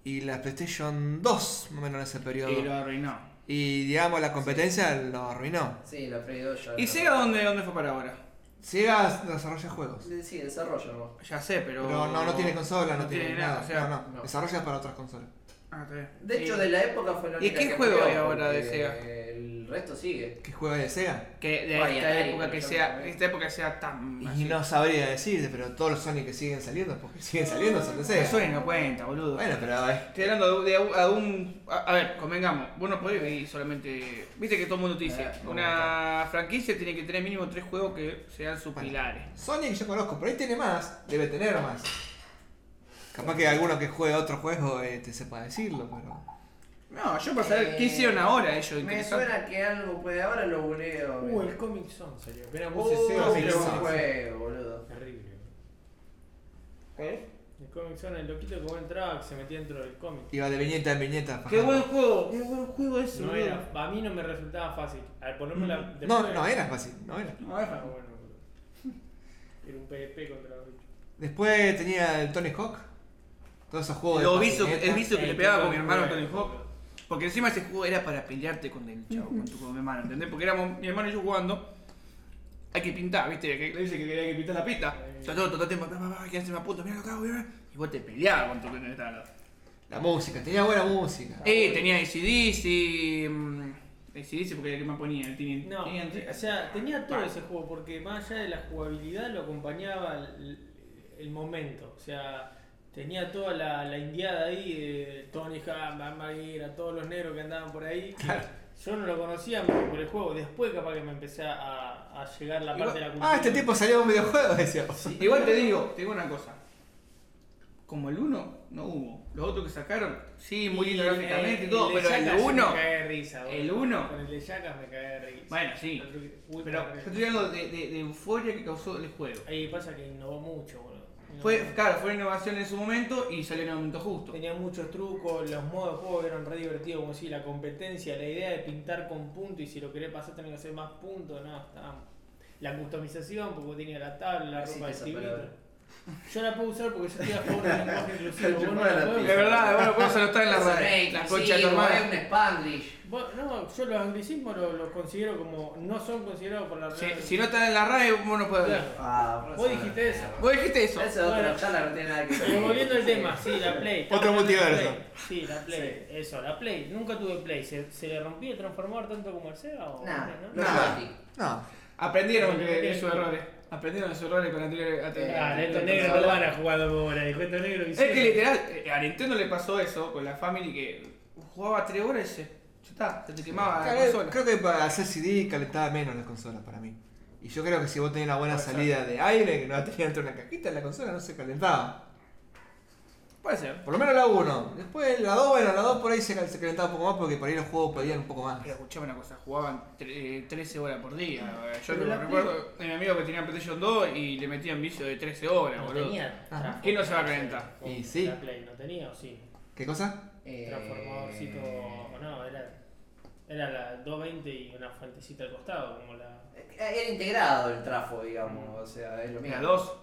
S3: y la PlayStation 2, más o menos en ese
S2: Y lo
S3: periodo.
S2: arruinó.
S3: Y digamos, la competencia lo arruinó.
S1: Sí, la Play 2 ya.
S2: ¿Y
S1: no-
S2: Sega dónde, dónde fue para ahora?
S3: Sega desarrolla juegos.
S1: Sí, desarrollo, ¿no?
S2: Ya sé, pero.
S3: Pero no, no tiene consola, no, tiene, nada.
S2: o sea,
S3: no, no.
S1: no.
S3: Desarrolla para otras consolas.
S2: Ah, está bien.
S1: De hecho,
S2: Sí.
S1: de la época fue la
S2: ¿Y
S1: única
S2: qué
S1: que
S2: juego
S1: murió,
S2: hay ahora de
S1: porque
S2: Sega?
S1: El resto sigue.
S3: ¿Qué juega de Sega?
S2: Que de
S1: Ay,
S2: esta
S1: ay,
S2: época que
S1: yo
S2: sea,
S1: también.
S2: esta época sea tan.
S3: Y
S2: así.
S3: no sabría decirte, pero todos los Sonic que siguen saliendo, porque siguen saliendo son de
S2: Pero
S3: Sega.
S2: Sony no cuenta, boludo.
S3: Bueno, pero eh,
S2: Estoy hablando de, de algún. A, a ver, convengamos. Vos no podés vivir solamente. Viste que todo el mundo te dice.
S1: Eh, no,
S2: una franquicia tiene que tener mínimo tres juegos que sean sus
S3: Bueno.
S2: pilares.
S3: Sonic yo conozco, pero ahí tiene más, debe tener más. Capaz que alguno que juegue otro juego eh, te sepa decirlo, pero.
S2: No, yo para saber
S1: Eh,
S2: qué hicieron ahora ellos.
S1: Me
S2: interesante.
S1: suena que algo puede. Ahora lo buleo.
S5: Uh, el Comic Zone salió. Apenas
S1: Uh,
S2: Oh.
S5: puse Sega,
S1: qué
S5: salió
S1: buen
S5: Comic Zone.
S1: juego, boludo.
S5: Terrible.
S2: ¿Eh?
S5: El Comic Zone, el loquito que vos entraba, que se metía dentro del cómic.
S3: Iba de viñeta en viñeta.
S2: Qué
S3: bajando.
S2: buen juego, qué buen juego eso. Mm.
S5: No era, a mí no me resultaba fácil. Al ponerme la.
S3: No,
S5: después-
S3: no era fácil, no era.
S2: No, es
S5: Ah,
S2: raro.
S5: bueno, boludo. Era un PvP contra los bichos.
S3: Después tenía el Tony Hawk. Todos esos juegos
S2: Lo
S3: de
S2: viso-
S3: patineta.
S2: el viso- Eso que
S5: Eh,
S2: le pegaba con mi
S5: tengo
S2: hermano
S5: un
S2: Tony
S5: juego.
S2: Porque encima ese juego era para pelearte con el chavo, con tu con mi hermano, ¿entendés? Porque éramos mi hermano y yo jugando. hay que pintar, ¿viste? Que le dice que hay que pintar la pista. Está todo, todo el tiempo, "Pa, pa, pa, que encima puto, mira lo que hago, mira". Y vos te peleabas con tu que estaba al lado.
S1: La música, tenía buena música.
S2: Eh, tenía ACDC. mm, ACDC porque ¿qué más ponía? Tenía,
S5: No,
S2: tenía-
S5: o sea, tenía todo ese juego, porque más allá de la jugabilidad lo acompañaba el, el momento. O sea, tenía toda la, la indiada ahí de Tony Ham, Van Marguera, todos los negros que andaban por ahí. Yo no lo conocía mucho por el juego, después capaz que me empecé a, a llegar la parte de la cultura.
S3: Ah, este tipo salió de un videojuego, decíamos.
S2: Igual te digo, te digo una cosa. Como el 1 no hubo. Los otros que sacaron, sí, muy lindo gráficamente
S5: eh,
S2: y todo, pero el 1.
S5: Me cagué de risa, boludo.
S2: el uno-
S5: Con el de Yacas me cagué de risa.
S2: Bueno, sí.
S5: Uy,
S2: Pero yo te digo algo de, de- de euforia que causó el juego.
S5: Ahí pasa que innovó mucho, boludo. Innovó
S2: Fue,
S5: mucho.
S2: claro, fue una innovación en su momento y salió en el momento justo.
S5: Tenía muchos trucos, los modos de juego eran re divertidos, como si la competencia, la idea de pintar con puntos y si lo querés pasar tenés que hacer más puntos, no, está. La customización, porque tenía la tabla, la
S1: Existe
S5: ropa de
S1: esa
S5: tiburón.
S1: palabra.
S5: Yo la puedo usar porque yo estoy a favor del lenguaje inclusivo. vos no
S1: Yo la
S5: la podés
S1: pizza.
S2: De
S5: usar.
S2: verdad, bueno, por eso no está en la
S1: Snake,
S2: radio. La concha de
S1: sí,
S2: tu
S1: es
S2: hermana.
S1: un Spanglish.
S5: Vos- no, yo los anglicismos los considero como. no son considerados por la
S2: Si,
S5: Real-
S2: si no está en la radio, vos no podés hablar.
S5: Claro.
S1: Ah,
S5: Vos dijiste eso.
S2: Vos dijiste eso.
S1: Eso es otra
S5: Bueno.
S1: charla, no tiene nada que ver.
S5: Pero volviendo al tema, sí, la Play.
S3: Otro
S5: Estamos hablando de la
S3: multiverso.
S5: Play. Sí, la Play. Eso, la Play. Nunca tuve Play. ¿Se, se le rompió el transformador tanto como el Sega? O
S1: Nah,
S5: no?
S1: no
S3: Nada.
S1: sentí.
S3: No.
S2: Aprendieron de, de sus errores. Aprendieron de sus errores con anteriores.
S5: Claro,
S2: anteriores-
S5: Ah, estos negros no van a jugar dos horas. Dijo estos negros que
S2: Es que
S5: hicieron.
S2: literal, eh, a Nintendo le pasó eso con la Family que jugaba 3 horas y se, ya está, se te quemaba la
S3: Creo,
S2: consola.
S3: creo que para hacer CD calentaba menos las consolas para mí. Y yo creo que si vos tenías una buena salida de aire, que no la tenías dentro de una cajita, la consola no se calentaba.
S2: Puede ser.
S3: Por lo menos la 1. Después la 2, bueno, la 2 por ahí se cal- se calentaba un poco más porque por ahí los juegos pedían un poco más.
S2: Pero escuchame una cosa, jugaban tre- eh, 13 horas por día. eh, Yo
S5: Pero la
S2: no recuerdo de mi amigo que tenía PlayStation 2 y le metían vicio de 13 horas,
S5: No
S2: boludo.
S5: tenía.
S3: Ajá.
S5: transformador.
S2: Ah, ¿Quién no se va a calentar?
S5: Con
S3: Y sí.
S5: La Play no tenía o sí.
S3: ¿Qué cosa?
S1: Eh,
S5: Transformadorcito. O no, era. Era la 220 y una fuentecita al costado, como la.
S1: Era integrado el trafo, digamos, o sea, es lo mismo.
S2: Mira, dos.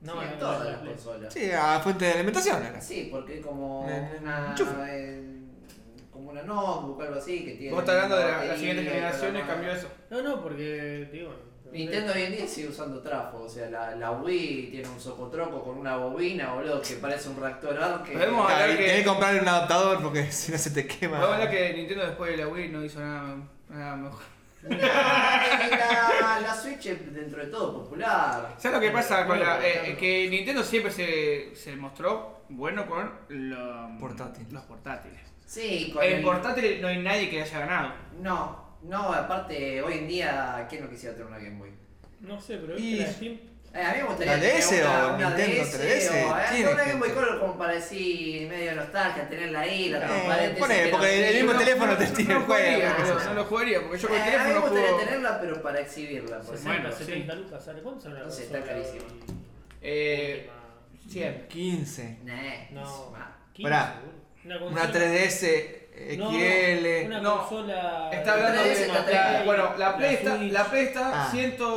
S1: No,
S5: No, no,
S1: en
S5: no,
S1: todas
S5: la
S1: las
S5: Play.
S1: consolas.
S3: Sí, a fuente de alimentación era.
S1: Sí, porque como
S3: Me- me
S1: una.
S3: enchufa.
S1: eh, como una notebook, algo así, que tiene.
S2: Vos estás hablando de la-
S1: batería
S2: las siguientes
S1: y toda la
S2: generaciones,
S1: mano.
S2: cambió eso.
S5: No, no, porque. Digo,
S1: Nintendo hoy en día sigue usando trafo, o sea, la, la Wii tiene un socotroco con una bobina, boludo, que parece un reactor arque.
S2: Podemos-
S3: Claro, y
S2: que-
S3: tenés que comprar un adaptador porque si no se te quema.
S2: Vamos a hablar que Nintendo después de la Wii no hizo nada, nada mejor.
S1: La, la Switch es dentro de todo popular.
S2: ¿Sabes lo que pasa con la. eh,
S5: Claro.
S2: que Nintendo siempre se, se mostró bueno con lo-
S3: Portátiles.
S2: los portátiles.
S1: Sí, con
S2: En
S1: el-
S2: portátiles no hay nadie que haya ganado.
S1: No, no, aparte, hoy en día, ¿quién no quisiera tener una Game Boy?
S5: No sé, pero
S3: Y-
S5: viste la Steam.
S1: Eh, a mí me gustaría
S3: La
S1: tener una,
S3: DS o
S1: una
S3: Nintendo
S1: DS
S3: 3DS,
S1: o eh,
S3: tiene
S1: una Game Boy
S3: gente.
S1: Color como para decir medio nostalgia, tenerla ahí, la
S3: Eh,
S1: transparente.
S3: pone,
S1: si
S3: porque
S1: quiero-
S3: el mismo
S1: Eh,
S3: teléfono te tira
S2: no
S3: el
S2: lo
S3: juego.
S2: jugaría, boludo, no lo jugaría, porque yo con el
S1: Ah, a mí me
S2: teléfono
S1: gustaría
S2: juego.
S1: tenerla, pero para exhibirla. por ejemplo.
S5: 60,
S2: Bueno, sí.
S5: 70 lucas, ¿sale? ¿Cuánto sale una
S1: No sé, está
S5: consola hoy?
S1: carísimo.
S2: Eh, siempre.
S3: 15.
S1: Nah,
S5: No.
S1: es más.
S5: 15,
S3: Pará.
S5: boludo.
S3: Una
S5: consola-
S3: 3DS
S5: No,
S3: XL.
S5: una
S2: no.
S5: consola.
S2: Está hablando
S1: La
S2: de.
S1: DS está
S2: la-
S1: bien.
S2: bueno, la Play está,
S5: Switch.
S2: la Play está
S3: Ah.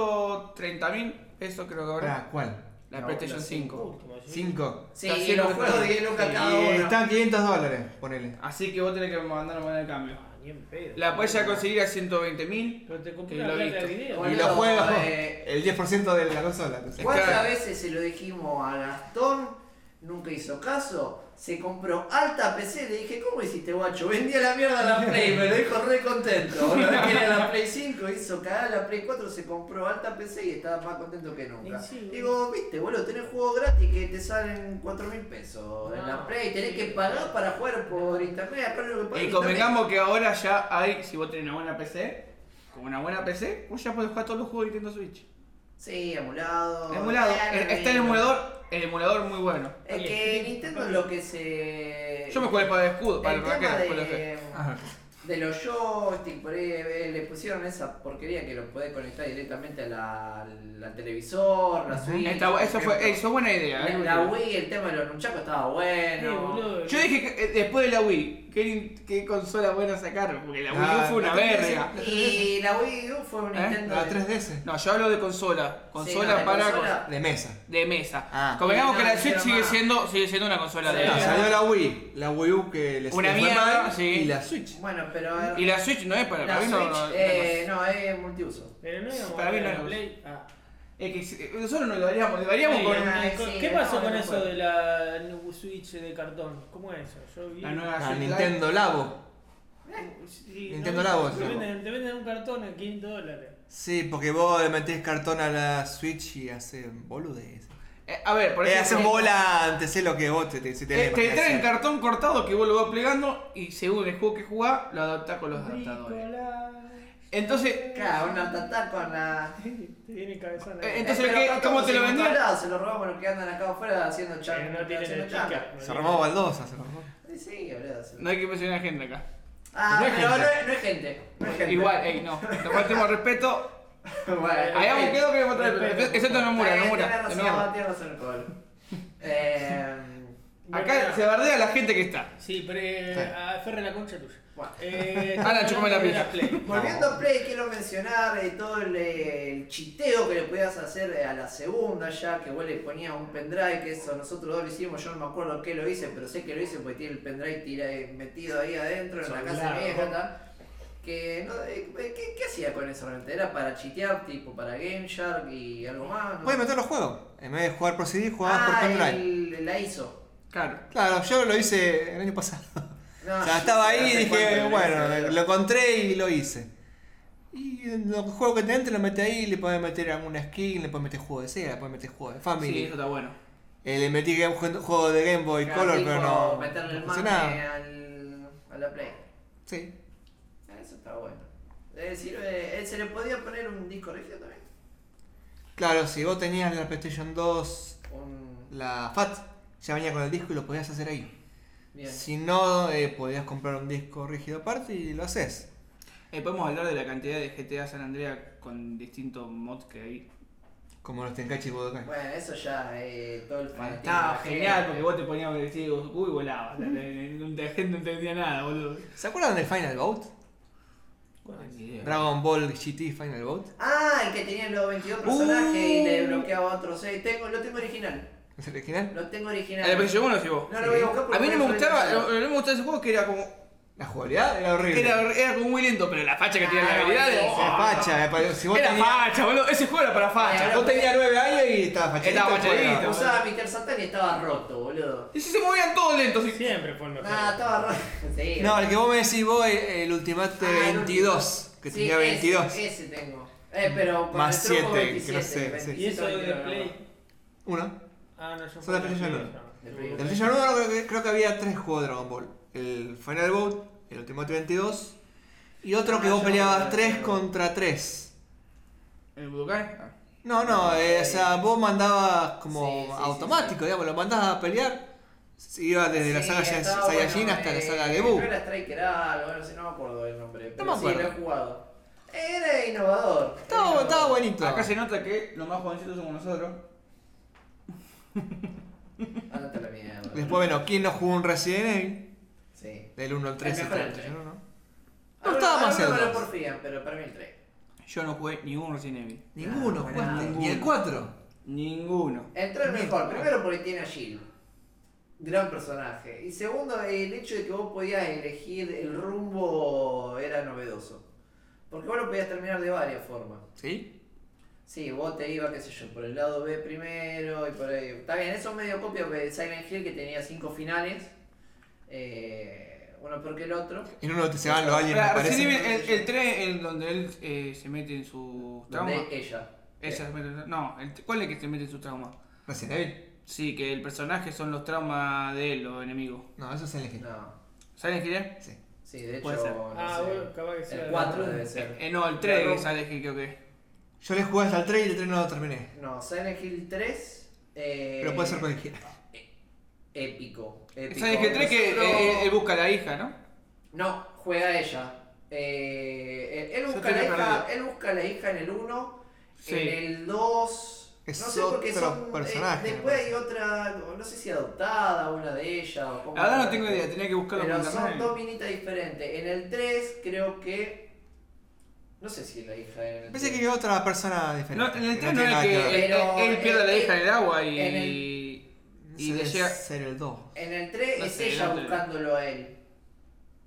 S2: 130 mil pesos, creo que
S1: Ah.
S2: ahora.
S3: Pará, ¿Cuál?
S2: La
S1: No,
S2: PlayStation
S1: la
S2: 5.
S5: Último, sí.
S3: 5.
S1: Sí,
S2: Está
S1: y
S2: haciendo
S1: los juegos de 10 lucas
S2: Sí,
S1: cada
S3: Y eh,
S1: uno.
S3: están 500 dólares, ponele.
S2: Así que vos tenés que mandar a el cambio.
S5: Ah, ni en pedo.
S2: La puedes ya conseguir a 120 mil.
S5: Pero te compré
S2: que
S5: la
S2: lo he
S5: placa de
S2: visto.
S5: video.
S1: Bueno,
S3: Y
S5: boludo.
S3: los juegos,
S1: eh,
S3: el 10% de la consola. entonces.
S1: ¿Cuántas
S2: Claro.
S1: veces se lo dijimos a Gastón? Nunca hizo caso. Se compró alta PC. Le dije, ¿cómo hiciste, guacho? Vendía la mierda a la Play. Me lo dijo re contento. Una vez que era la Play 5, hizo cagar la Play 4, se compró alta PC y estaba más contento que nunca.
S5: Y sí,
S1: Digo, viste, boludo, tenés juegos gratis que te salen 4 mil pesos en la
S5: No,
S1: Play. Tenés
S5: Ah, sí.
S1: que pagar para jugar por internet. Acá lo que pagas
S2: Y
S1: es
S2: convengamos que ahora ya hay, si vos tenés una buena PC, con una buena PC, vos ya podés jugar todos los juegos de Nintendo Switch.
S1: internet. Sí, emulado.
S2: Emulado,
S1: Ah,
S2: eh, está el
S1: bien.
S2: emulador, el emulador muy bueno.
S1: Es que Nintendo es lo que se.
S2: Yo me jugué para el escudo, para
S1: el
S2: el
S1: tema
S2: raquete, después lo Ah. dejé.
S1: de, de los joystick, por ahí eh, le pusieron esa porquería que lo podés conectar directamente a la, la televisor, la Switch.
S2: Esta-
S1: por
S2: eso fue,
S1: ejemplo.
S2: eso buena idea.
S1: La,
S2: eh.
S1: la Wii, el tema de los nunchakos estaba
S5: Sí,
S1: bueno.
S5: boludo.
S2: Yo dije que eh, después de la Wii, ¿qué, nin- qué consola buena sacar? Porque la Wii U
S3: Ah,
S2: fue una
S3: la 3DS.
S2: verga.
S1: y la Wii U fue un
S2: ¿Eh?
S1: Nintendo.
S3: La
S1: de-
S3: 3DS.
S2: No, yo hablo de consola. Consola
S1: no, de
S2: para
S1: consola.
S3: De mesa.
S2: de mesa.
S3: Ah.
S2: Convengamos
S1: No,
S2: que la
S1: no
S2: Switch
S1: quiero
S2: sigue
S1: más.
S2: siendo, sigue siendo una consola
S1: Sí.
S2: de
S3: No,
S1: Ah,
S2: mesa.
S3: salió la Wii, la Wii U que les
S2: Una
S3: les fue
S2: mierda,
S3: mal,
S2: sí.
S3: y la Switch.
S1: Bueno, pero a ver.
S2: Y la Switch no es para,
S1: La
S2: para mí no-
S1: Switch,
S2: no- no-
S1: eh, no, es multiuso.
S5: Pero no íbamos
S2: Para
S5: a
S2: mí
S5: hablar
S2: no
S5: de
S2: es.
S5: Play. Ah.
S2: Es que si- eh, nosotros nos variamos, nos variamos
S5: Sí,
S2: con
S5: la-
S1: Ay,
S5: ¿Qué
S1: sí,
S5: qué
S1: no,
S5: pasó con
S1: no
S5: eso
S1: puedo.
S5: de la Nubu Switch de cartón? ¿Cómo es eso? Yo vi. Eh,
S2: la nueva
S3: Ah,
S2: Switch Lite.
S3: Nintendo Labo.
S5: Sí,
S3: Nintendo
S5: no,
S3: Labo,
S5: Te
S3: sí.
S5: venden, te venden un cartón a 500 dólares.
S3: Sí, porque vos le metés cartón a la Switch y hace boludes.
S2: Eh, a ver, por
S3: Eh, hacen
S2: ejemplo,
S3: bola antes, sé lo que vos te, te, si tenés
S2: eh, te
S3: imaginación.
S2: traen cartón cortado que vos lo vas plegando y según el juego que jugás, lo adaptás con los adaptadores.
S5: Nicolás.
S2: Entonces,
S1: Claro, una tatá con la.
S5: Te viene cabezón.
S2: Eh, entonces,
S1: Eh, pero
S2: ¿qué-
S1: acá
S2: cómo te lo
S1: estamos en
S2: vendían?
S1: todos lados, Se lo robamos los que andan acá afuera haciendo
S5: Pero
S1: charla.
S5: Eh, no tiene la chica.
S3: Se armó baldosa, se armó.
S1: Sí, sí, boludo. se-
S2: no hay que presionar a gente acá.
S1: Ah,
S3: No es
S1: pero no,
S3: gente.
S1: es- no es gente. No es gente.
S2: Igual, ey, no. Nos faltemos respeto.
S1: Bueno,
S2: Hayamos
S1: ok.
S2: quedado que vamos a traer respeto. Excepto Nomura,
S1: Está bien, tenés
S2: Nomura. de
S1: razón,
S2: mierda.
S1: tenés razón, Col. Eh,
S2: Acá se bardea la gente que está.
S5: Sí, pero
S3: Sí.
S5: eh, aferra la concha tuya.
S1: Bueno.
S5: Eh,
S2: Ahora chúpame la
S5: hablando de
S2: pija.
S5: Play.
S1: Volviendo a Play, quiero mencionar eh, todo el, eh, el chiteo que le podías hacer eh, a la segunda ya, que vos le ponías un pendrive, que eso nosotros dos lo hicimos, yo no me acuerdo qué lo hice, pero sé que lo hice porque tiene el pendrive tira- eh, metido ahí adentro, en la casa
S5: Soldado.
S1: vieja, tal. Que, no, eh, ¿qué, qué hacía con eso realmente? ¿Era para chitear, tipo para Game Shark y algo más? ¿no?
S3: Puedes meter los juegos. En vez de jugar por CD, jugabas por
S1: ah,
S3: pendrive.
S1: el- la hizo.
S2: Claro.
S3: Claro, yo lo hice el año pasado.
S1: No,
S3: o sea, estaba ahí y
S1: hace cuánto
S3: dije,
S1: lo
S3: bueno,
S1: hice,
S3: lo encontré y lo hice. Y en los juegos que te entran, lo metes ahí, le podés meter alguna skin, le podés meter juego de Sega, le podés meter juego de
S2: Sí,
S3: Family.
S2: eso está bueno.
S3: Eh, le metí game- juego de Game Boy
S1: Claro,
S3: Color,
S1: tipo,
S3: pero no.
S1: Meterle
S3: no
S1: el
S3: funcionaba.
S1: mame al, a la Play.
S3: Sí.
S1: Eso está bueno. Eh, sirve- eh, ¿Se le podía poner un disco rígido también?
S3: Claro, si vos tenías la PlayStation 2,
S1: Un...
S3: la FAT, ya venía con el disco y lo podías hacer ahí.
S1: Bien.
S3: Si no, eh, podías comprar un disco rígido aparte y lo haces.
S2: Eh, podemos hablar de la cantidad de GTA San Andrea con distintos mods que hay.
S3: Como los Tenkachi y Budokai.
S1: Bueno, eso ya, eh, todo el fanatismo.
S2: Estaba
S1: que-
S2: genial porque vos te ponías un vestido de Goku y volabas. La, la- la- la gente no entendía nada, boludo.
S3: ¿Se acuerdan del Final Boat? Dragon Ball GT Final Boat.
S1: Ah, el que tenía los 22 personajes y
S3: Uh.
S1: le bloqueaba a otros. Eh, tengo, lo tengo original.
S3: ¿Es el original?
S1: Lo tengo original.
S2: A la PlayStation 1 lo llevó.
S1: No lo voy a buscar porque
S2: A mí no
S1: no
S2: me
S1: lo
S2: gustaba,
S1: recuerdo.
S2: no no me gustaba ese juego que era como.
S3: La jugabilidad era horrible.
S2: Era, era como muy lento, pero la facha que tenía la
S1: Ah,
S2: habilidad
S1: sí,
S2: era.
S1: sí.
S3: Era facha, me pareció. Si vos
S2: Era
S3: tenías,
S2: facha, boludo. Ese juego era para
S1: Eh,
S2: facha.
S1: ahora-
S3: vos tenías 9 años y estaba fachadito.
S2: Estaba fachadito.
S3: bueno.
S1: Usaba Mr. Satan y estaba roto, boludo.
S2: Y si se movían todos lentos. y-
S5: Siempre fue el mejor.
S1: Ah, estaba roto. Sí.
S3: No, el que vos me decís vos, eh, el Ultimate
S1: Ah, el
S3: 22, que
S1: Sí,
S3: tenía
S1: ese-
S3: 22.
S1: Ese, tengo. Eh, pero con
S3: Más
S1: el truco
S3: siete, que no
S1: 27,
S3: sé, sí.
S5: y eso de
S1: 27,
S5: Play.
S3: Uno.
S5: Ah, no, yo
S3: Son de
S5: jugué
S3: PlayStation
S5: Play,
S3: uno.
S5: no.
S1: De Play.
S3: En PlayStation 1 creo que, creo que había tres juegos de Dragon Ball. El Final Boat, el Ultimate 22 y otro que
S1: Ah,
S3: vos
S1: yo no
S3: peleabas
S1: creo que
S3: 3
S1: sea.
S3: contra 3.
S2: ¿El Budokai? Ah.
S3: No, no, eh, o sea, vos mandabas como
S1: Sí, sí,
S3: automático,
S1: sí, sí.
S3: digamos, lo mandabas a pelear. Se Iba desde la
S1: Sí,
S3: saga Sai-
S1: estaba
S3: Saiyajin
S1: bueno,
S3: hasta la
S1: eh,
S3: saga de Buu.
S1: No era Striker algo, no sé, no me acuerdo el nombre, pero
S3: me
S1: sí, lo he
S3: acuerdo.
S1: jugado. Era innovador.
S3: Estaba,
S1: era
S3: estaba
S1: innovador.
S3: bonito.
S2: Acá se nota que los más jovencitos somos nosotros.
S1: Ándate a la mierda.
S3: Después, bueno, ¿quién no jugó un Resident Evil?
S1: Sí.
S3: Del 1 al 3
S1: El
S3: y
S1: mejor
S3: tal,
S1: el tres.
S3: ¿no?
S1: Algunos-
S3: estaba más
S1: algunos
S3: cerca.
S1: lo porfían, pero para mí el 3.
S2: Yo no jugué ningún Resident Evil.
S3: Ninguno,
S1: Ah,
S3: jugaste.
S1: ninguno.
S3: Ni el 4.
S2: Ninguno.
S1: El 3 es mejor, primero porque tiene a Jill. Gran personaje. Y segundo, el hecho de que vos podías elegir el rumbo era novedoso. Porque vos lo podías terminar de varias formas.
S3: ¿Sí?
S1: Sí, vos te ibas, qué sé yo, por el lado B primero y por ahí. Está bien, eso es medio copia de Silent Hill que tenía cinco finales. eh, uno peor que el otro.
S3: En uno te se van los aliens, me
S2: Pará,
S3: parece.
S2: Resident Evil, el, el 3 en donde él eh, se mete en su trauma.
S1: Donde eh, ella.
S2: Ella se mete en su- No, el- ¿cuál es que se mete en su trauma?
S3: Resident Evil.
S2: Sí, que el personaje son los traumas de él, los enemigos. eh?
S3: No, eso es el
S1: Eh,
S3: Hill.
S1: No.
S2: ¿Saben qué es?
S3: Sí.
S1: Sí, de hecho.
S2: Puede ser.
S1: no
S5: Ah,
S1: sé,
S5: bueno, capaz que sea
S1: El
S5: la
S1: 4
S5: otra.
S1: debe ser.
S2: Eh, no, el 3 es Silent Hill, creo que es.
S3: Yo le jugué hasta el 3 y el 3 no lo terminé.
S1: No, Silent Hill 3. eh,
S3: Pero puede ser cualquiera.
S1: Épico. épico.
S2: Silent Hill 3 que
S1: Nosotros-
S2: eh, eh, él busca a la hija, ¿no?
S1: No, juega ella. Eh, él, él
S2: Yo
S1: busca la
S2: estoy
S1: hija,
S2: perdido.
S1: él busca la hija en el 1,
S2: Sí.
S1: en el 2.
S3: Es
S1: no sé por qué
S3: otro
S1: son. eh,
S3: personaje,
S1: después
S3: me
S1: hay otra, no sé si adoptada, una de ellas. O cómo
S2: La verdad no tengo idea, tenía que buscarlo por
S1: Pero son
S2: internet.
S1: dos minitas diferentes. En el 3, creo que. No sé si la hija en el
S3: Pensé que
S1: 3.
S3: era otra persona
S2: No,
S3: diferente.
S2: en el 3 no,
S3: tiene
S2: era
S3: nada
S2: que
S3: ver.
S2: él,
S1: Pero,
S2: él pierde a la
S1: eh,
S2: hija en el agua
S1: en
S2: y. y le
S3: Ese
S2: llega-
S3: es el 2.
S1: En el 3
S2: No
S1: es
S2: sé,
S1: ella
S2: no te-
S1: buscándolo a él.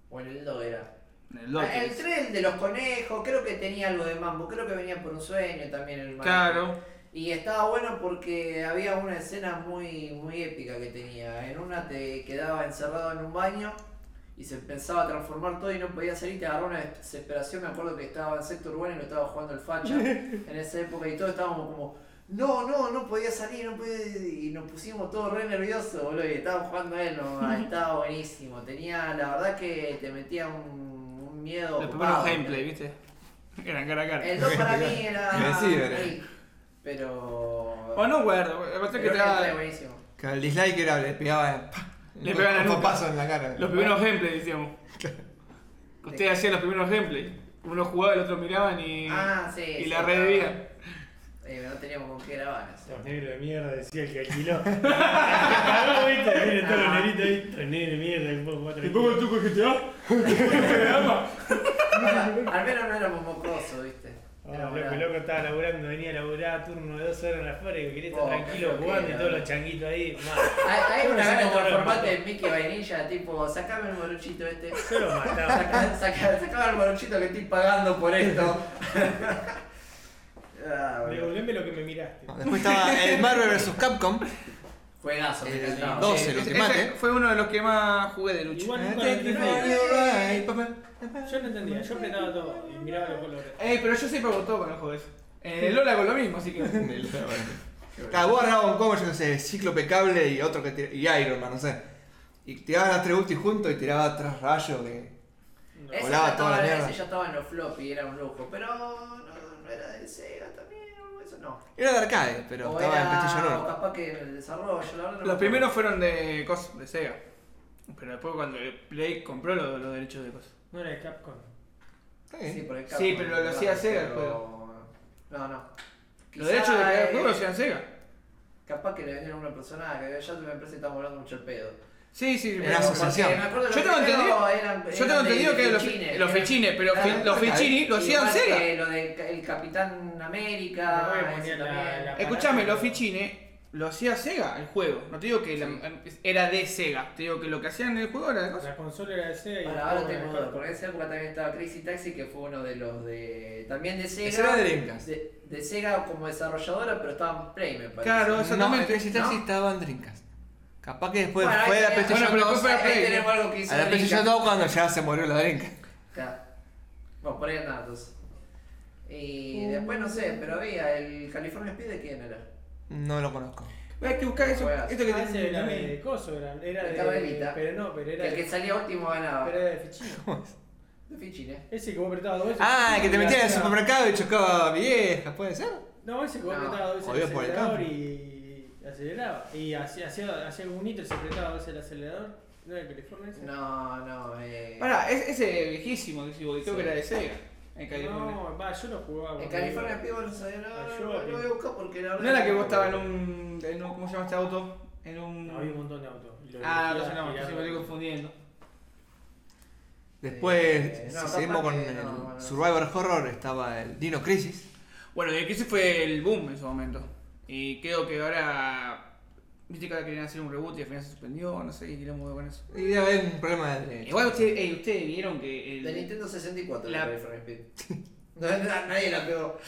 S1: O en el 2 era.
S2: El Dotris.
S1: El tren de los conejos, creo que tenía algo de mambo, creo que venía por un sueño también el mambo.
S2: Claro.
S1: Y estaba bueno porque había una escena muy, muy épica que tenía. En una te quedaba encerrado en un baño y se empezaba a transformar todo y no podía salir, te agarró una desesperación. Me acuerdo que estaba en sector urbano y lo estaba jugando el facha en esa época y todos estábamos como, no, no, no podía salir, no podía. Y nos pusimos todos re nerviosos, boludo, y estábamos jugando a él, nomás, estaba buenísimo. Tenía, la verdad que te metía un, un miedo.
S2: Los primeros
S1: ocupado.
S2: gameplay, ¿viste? Eran cara a cara.
S1: El 2 para mí era.
S6: Sí, era.
S1: sí, Pero.
S2: O Oh, no, guardo. Me parece que
S1: Creo que
S2: te da-
S1: está buenísimo.
S6: Que el dislike era, le
S3: eh,
S6: pegaba. pa,
S2: Le pegaba en la
S6: un
S2: nuca.
S6: papazo en la cara.
S2: Los primeros gameplays, decíamos. Ustedes hacían los primeros gameplays. Uno jugaba, el otro miraban y.
S1: Ah, sí.
S2: y
S1: sí,
S2: la
S1: no.
S2: revivían.
S1: Eh, no teníamos con qué grabar. eso.
S5: Los negros de mierda, decía el que alquiló. Cagó, viste, viene todo los negritos ahí. Los negros de mierda, un poco más tranquilo.
S2: tú con GTA?
S1: Al menos no éramos mocosos, viste.
S5: Ah,
S1: Éramos
S5: loco,
S1: la-
S5: loco estaba laburando, venía a laburar turno de dos horas en la fábrica y quería estar
S1: Oh,
S5: tranquilo
S1: qué
S5: jugando y
S1: loquera,
S5: todos
S1: ¿no?
S5: los changuitos ahí. mal.
S1: Hay, hay una
S5: Uno se
S1: gana de
S5: enamora del
S1: transformarte en
S5: pato.
S1: Mickey Vainilla, tipo, sacame el morochito este.
S5: Yo los mataba.
S1: Saca- saca- Sacame el morochito que estoy pagando por esto. ah, bueno.
S5: Devolveme lo que me miraste.
S6: Después estaba el Marvel vs Capcom.
S1: Juegazo, me
S6: El
S1: encantaba.
S6: dos. 12, lo que mate. ¿eh?
S2: Fue uno de los que más jugué de lucha.
S5: Igual nunca lo entendí. Yo no entendía, yo apretaba todo y miraba los colores.
S2: Ey, Eh, pero yo siempre gustó con los juegos. En el Lola con lo mismo, así que.
S6: Cada vos agarrabas un combo, yo no sé, Cíclope Cable y otro que tir- y Iron Man, no sé. Y tirabas las tres gustis juntos y tirabas tres rayos que.
S5: No.
S1: Ese,
S6: Volaba
S1: ya
S6: toda la
S1: estaba-
S6: mierda.
S1: ese ya estaba en los floppy, era un lujo. Pero no, no era del Sega también, o eso no.
S6: Era de arcade, pero
S1: o
S6: estaba
S1: era,
S6: en Castillo
S1: o
S6: Norte.
S1: capaz que el desarrollo, la verdad. no me
S2: Los
S1: acuerdo.
S2: primeros fueron de COS, de Sega. Pero después cuando el Play compró los, los derechos de COS.
S5: No era de Capcom.
S1: Sí, por el
S2: Sí,
S1: Capcom,
S2: pero lo hacía
S1: claro,
S2: Sega el
S1: pero- No, no.
S2: Los
S1: Quizá,
S2: derechos de cada
S1: eh,
S2: juego sean Sega.
S1: Capaz que le vendieron a una persona que ya me parece que estamos hablando mucho el pedo. Eh,
S2: Sí, sí,
S6: Era
S2: pero-
S1: Porque
S6: asociación.
S1: me acuerdo que
S2: Yo
S1: los
S2: tengo
S1: primeros
S2: entendido-
S1: eran-
S2: Yo tengo
S1: eran de-
S2: entendido que
S1: de
S2: los,
S1: fichines,
S2: los
S1: eran-
S2: fichines, pero
S1: Claro.
S2: fi- los fichini lo hacían
S1: igual
S2: Sega.
S1: que Lo del ca- el Capitán América.
S5: Me voy a
S1: ese
S5: poner la-
S1: también. Eh,
S5: la-
S2: Escuchame, los fichines lo hacía Sega el juego. No te digo que la- era de Sega, te digo que lo que hacían en el juego era de COS.
S5: La consola era de Sega y el
S1: Para ahora
S5: juego era
S1: tengo
S5: de
S1: dos,
S5: Capcom.
S1: porque en esa época también estaba Crazy Taxi, que fue uno de los de. También de Sega.
S6: Ese era de Dreamcast.
S1: De, de Sega como desarrolladora, pero estaba en Play, me parece.
S2: Claro,
S6: No, en
S2: exactamente.
S6: Crazy Taxi estaba en Dreamcast. Capaz que después
S1: Bueno,
S6: fue
S1: ahí
S6: a la
S1: tenía-
S6: PlayStation
S2: bueno, pero
S6: 2.
S2: fue a
S1: Ahí
S2: Play,
S1: tenemos algo que hizo
S6: A la PlayStation
S1: Dreamcast.
S6: 2 cuando ya se murió la Dreamcast.
S1: Claro. Bueno, por ahí andaba entonces. Y después no sé, pero había el California Speed de quién era.
S6: No lo conozco.
S2: Hay que buscar eso.
S1: Juegas.
S2: Esto que
S5: Ah,
S2: te-
S5: ese era
S2: tenés.
S5: de Coso, era, era
S1: De
S5: de.
S1: tabelita.
S5: Pero no, pero era,
S1: el que
S5: de,
S1: salía último
S5: pero
S1: ganaba.
S5: era de fichín.
S1: De Fichín, eh.
S5: Ese que vos apretabas dos veces.
S6: Ah, el que te
S5: y
S6: metías en el
S5: hacía-
S6: supermercado y chocaba a vieja, ¿puede ser?
S5: No, ese que vos
S1: No,
S5: apretabas dos
S6: jodido
S5: veces el
S6: por el
S5: acelerador
S6: campo.
S5: y aceleraba. Y hacía, hacía, hacía un hito y se apretaba dos veces el acelerador. ¿No era el California ese?
S1: No, no, eh.
S2: Pará, es- ese viejísimo que digo, creo que era de Sega. En California.
S5: No, va, yo lo jugaba.
S1: El California Speed no sabía
S5: Ah,
S1: nada.
S5: yo,
S1: No lo voy a buscar porque la verdad.
S2: No era que
S1: no
S2: vos
S1: me
S2: estabas en
S1: acuerdo.
S2: un, en un- ¿Cómo se llama este auto? En un.
S5: No, había un montón de autos. y lo
S2: ah,
S5: dirigía
S2: entonces no, entonces me estoy
S5: girando.
S2: confundiendo.
S6: Después,
S1: Eh,
S6: si
S1: no, capaz
S6: seguimos con
S1: que
S6: el
S1: no, no.
S6: Survivor Horror, estaba el Dino Crisis.
S2: Bueno, y que ese fue el boom en su momento. Y creo que ahora. Viste que ahora querían hacer un reboot y al final se suspendió, no sé qué queremos con eso.
S6: Y debe haber un problema
S1: Eh,
S6: de.
S2: Igual ustedes, ey, ustedes vieron que. el-
S1: De Nintendo 64 el
S2: La-
S1: California Speed. No, na- nadie la pegó.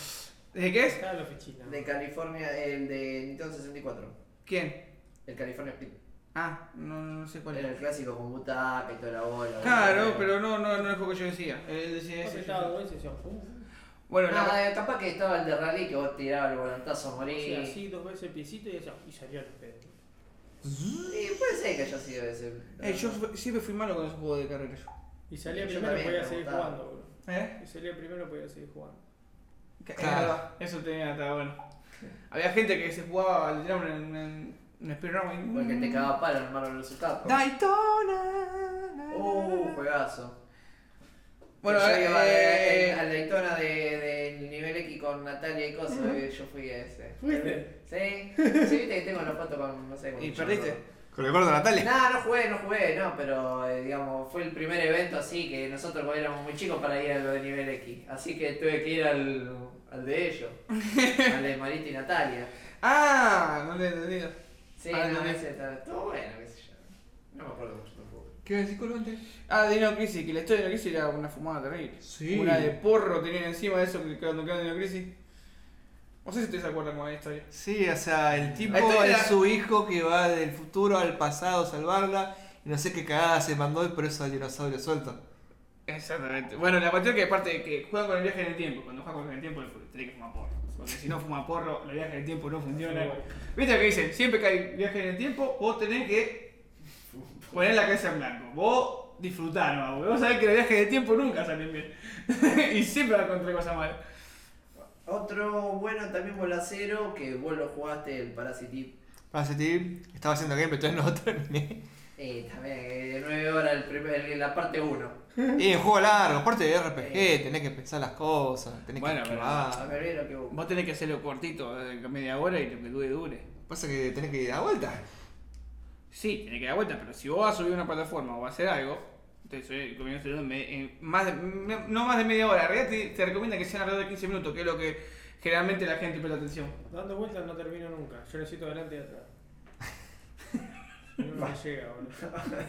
S2: ¿De qué es?
S5: Estaban los fichitas.
S1: De California, el de Nintendo 64.
S2: ¿Quién?
S1: El California Speed.
S2: Ah, no, no sé cuál
S1: Era el
S2: era.
S1: clásico con butaca y toda la bola. eh,
S2: Claro, pero no, no, no es lo que yo decía. Él decía
S5: Vos
S2: ese.
S5: apretabas
S2: yo-
S5: dos veces y hacían pum. pum.
S2: Bueno, la-
S1: Nada, eh, capaz que estaba el de rally que vos tirabas el volantazo a
S5: O
S1: morir.
S5: sea, así dos veces el piecito y, hacía- y salía los pedos.
S1: Sí, puede ser que haya sido ese.
S2: Ey, Eh, yo fu- siempre fui malo con esos juegos de carrera. yo.
S5: Y salía
S1: Yo
S5: primero
S1: también
S5: podía
S1: me
S5: seguir
S1: gustaba.
S5: jugando, boludo.
S2: ¿Eh?
S5: Y salía primero podía seguir jugando.
S2: Que-
S6: Claro.
S2: es verdad, Eso tenía, estaba bueno. Había gente que se jugaba al drum en en- en speedrun. y- mm,
S1: Porque te cagaba palo en el Marvel vs. Capcom.
S6: Daytona.
S1: Uh, juegazo.
S2: Bueno,
S1: yo
S2: eh,
S1: iba a,
S2: eh,
S1: la Daytona de, del nivel X con Natalia y cosas, eh, yo fui a ese.
S5: ¿Fuiste?
S1: Sí, sí, viste que tengo la foto con, no sé, con
S2: ¿Y
S1: mucho
S2: perdiste?
S1: gordo.
S6: Con el gordo Natalia.
S1: No, no jugué, no jugué, no, pero eh, digamos, fue el primer evento así que nosotros cuando éramos muy chicos para ir a lo de nivel X. Así que tuve que ir al, al de ellos, al de Marita y Natalia.
S2: Ah, no te he entendido.
S1: Sí,
S2: Ah,
S1: no,
S2: no,
S1: ese está todo bueno, qué sé yo. No me acuerdo mucho tampoco.
S6: Qué
S3: ¿Qué decís, Colgante?
S2: Ah, Dino Crisis, que la historia de Dino Crisis era una fumada terrible.
S3: Sí.
S2: Una de porro tenían encima de eso que cuando quedó Dino Crisis. No sé si ustedes se acuerdan cómo es la historia.
S3: Sí, o sea, el tipo
S2: Ahí está,
S3: es
S2: era-
S3: su hijo que va del futuro al pasado a salvarla. Y no sé qué cagada se mandó y por eso el dinosaurio suelto.
S2: Exactamente. Bueno, la cuestión que aparte de que juegan con el viaje en el tiempo. Cuando juegan con el viaje en el tiempo, tiene que fumar porro. Porque si no fuma porro, los viajes en el tiempo no funcionan. Viste lo que dicen, siempre que hay viajes en el tiempo, vos tenés que poner la cabeza en blanco. Vos disfrutá nomás, porque vos sabés que los viajes en el tiempo nunca salen bien. y siempre vas a encontrar cosas malas.
S1: Otro bueno también bolacero que vos lo jugaste el Parasitip.
S3: Hace ti, estaba haciendo gameplay, todavía no lo terminé.
S1: Eh, también, eh, de 9 horas el primer, la parte 1.
S3: Y un juego largo, aparte de
S1: Eh.
S3: RPG, tenés que pensar las cosas, tenés
S2: Bueno,
S3: que
S2: pero-
S1: A
S3: esquivar.
S1: ver, bien lo que vos.
S2: Vos tenés que hacerlo cortito, eh, media hora y lo que dure, dure.
S3: Pasa que tenés que dar vuelta.
S2: Sí, tiene que dar vuelta, pero si vos vas a subir una plataforma o vas a hacer algo, te sube- recomiendo hacerlo en me- en más de- me- no más de media hora. En realidad te, te recomienda que sean alrededor de 15 minutos, que es lo que generalmente la gente presta atención.
S5: Dando vueltas no termino nunca. Yo necesito adelante y atrás. No me llega, boludo.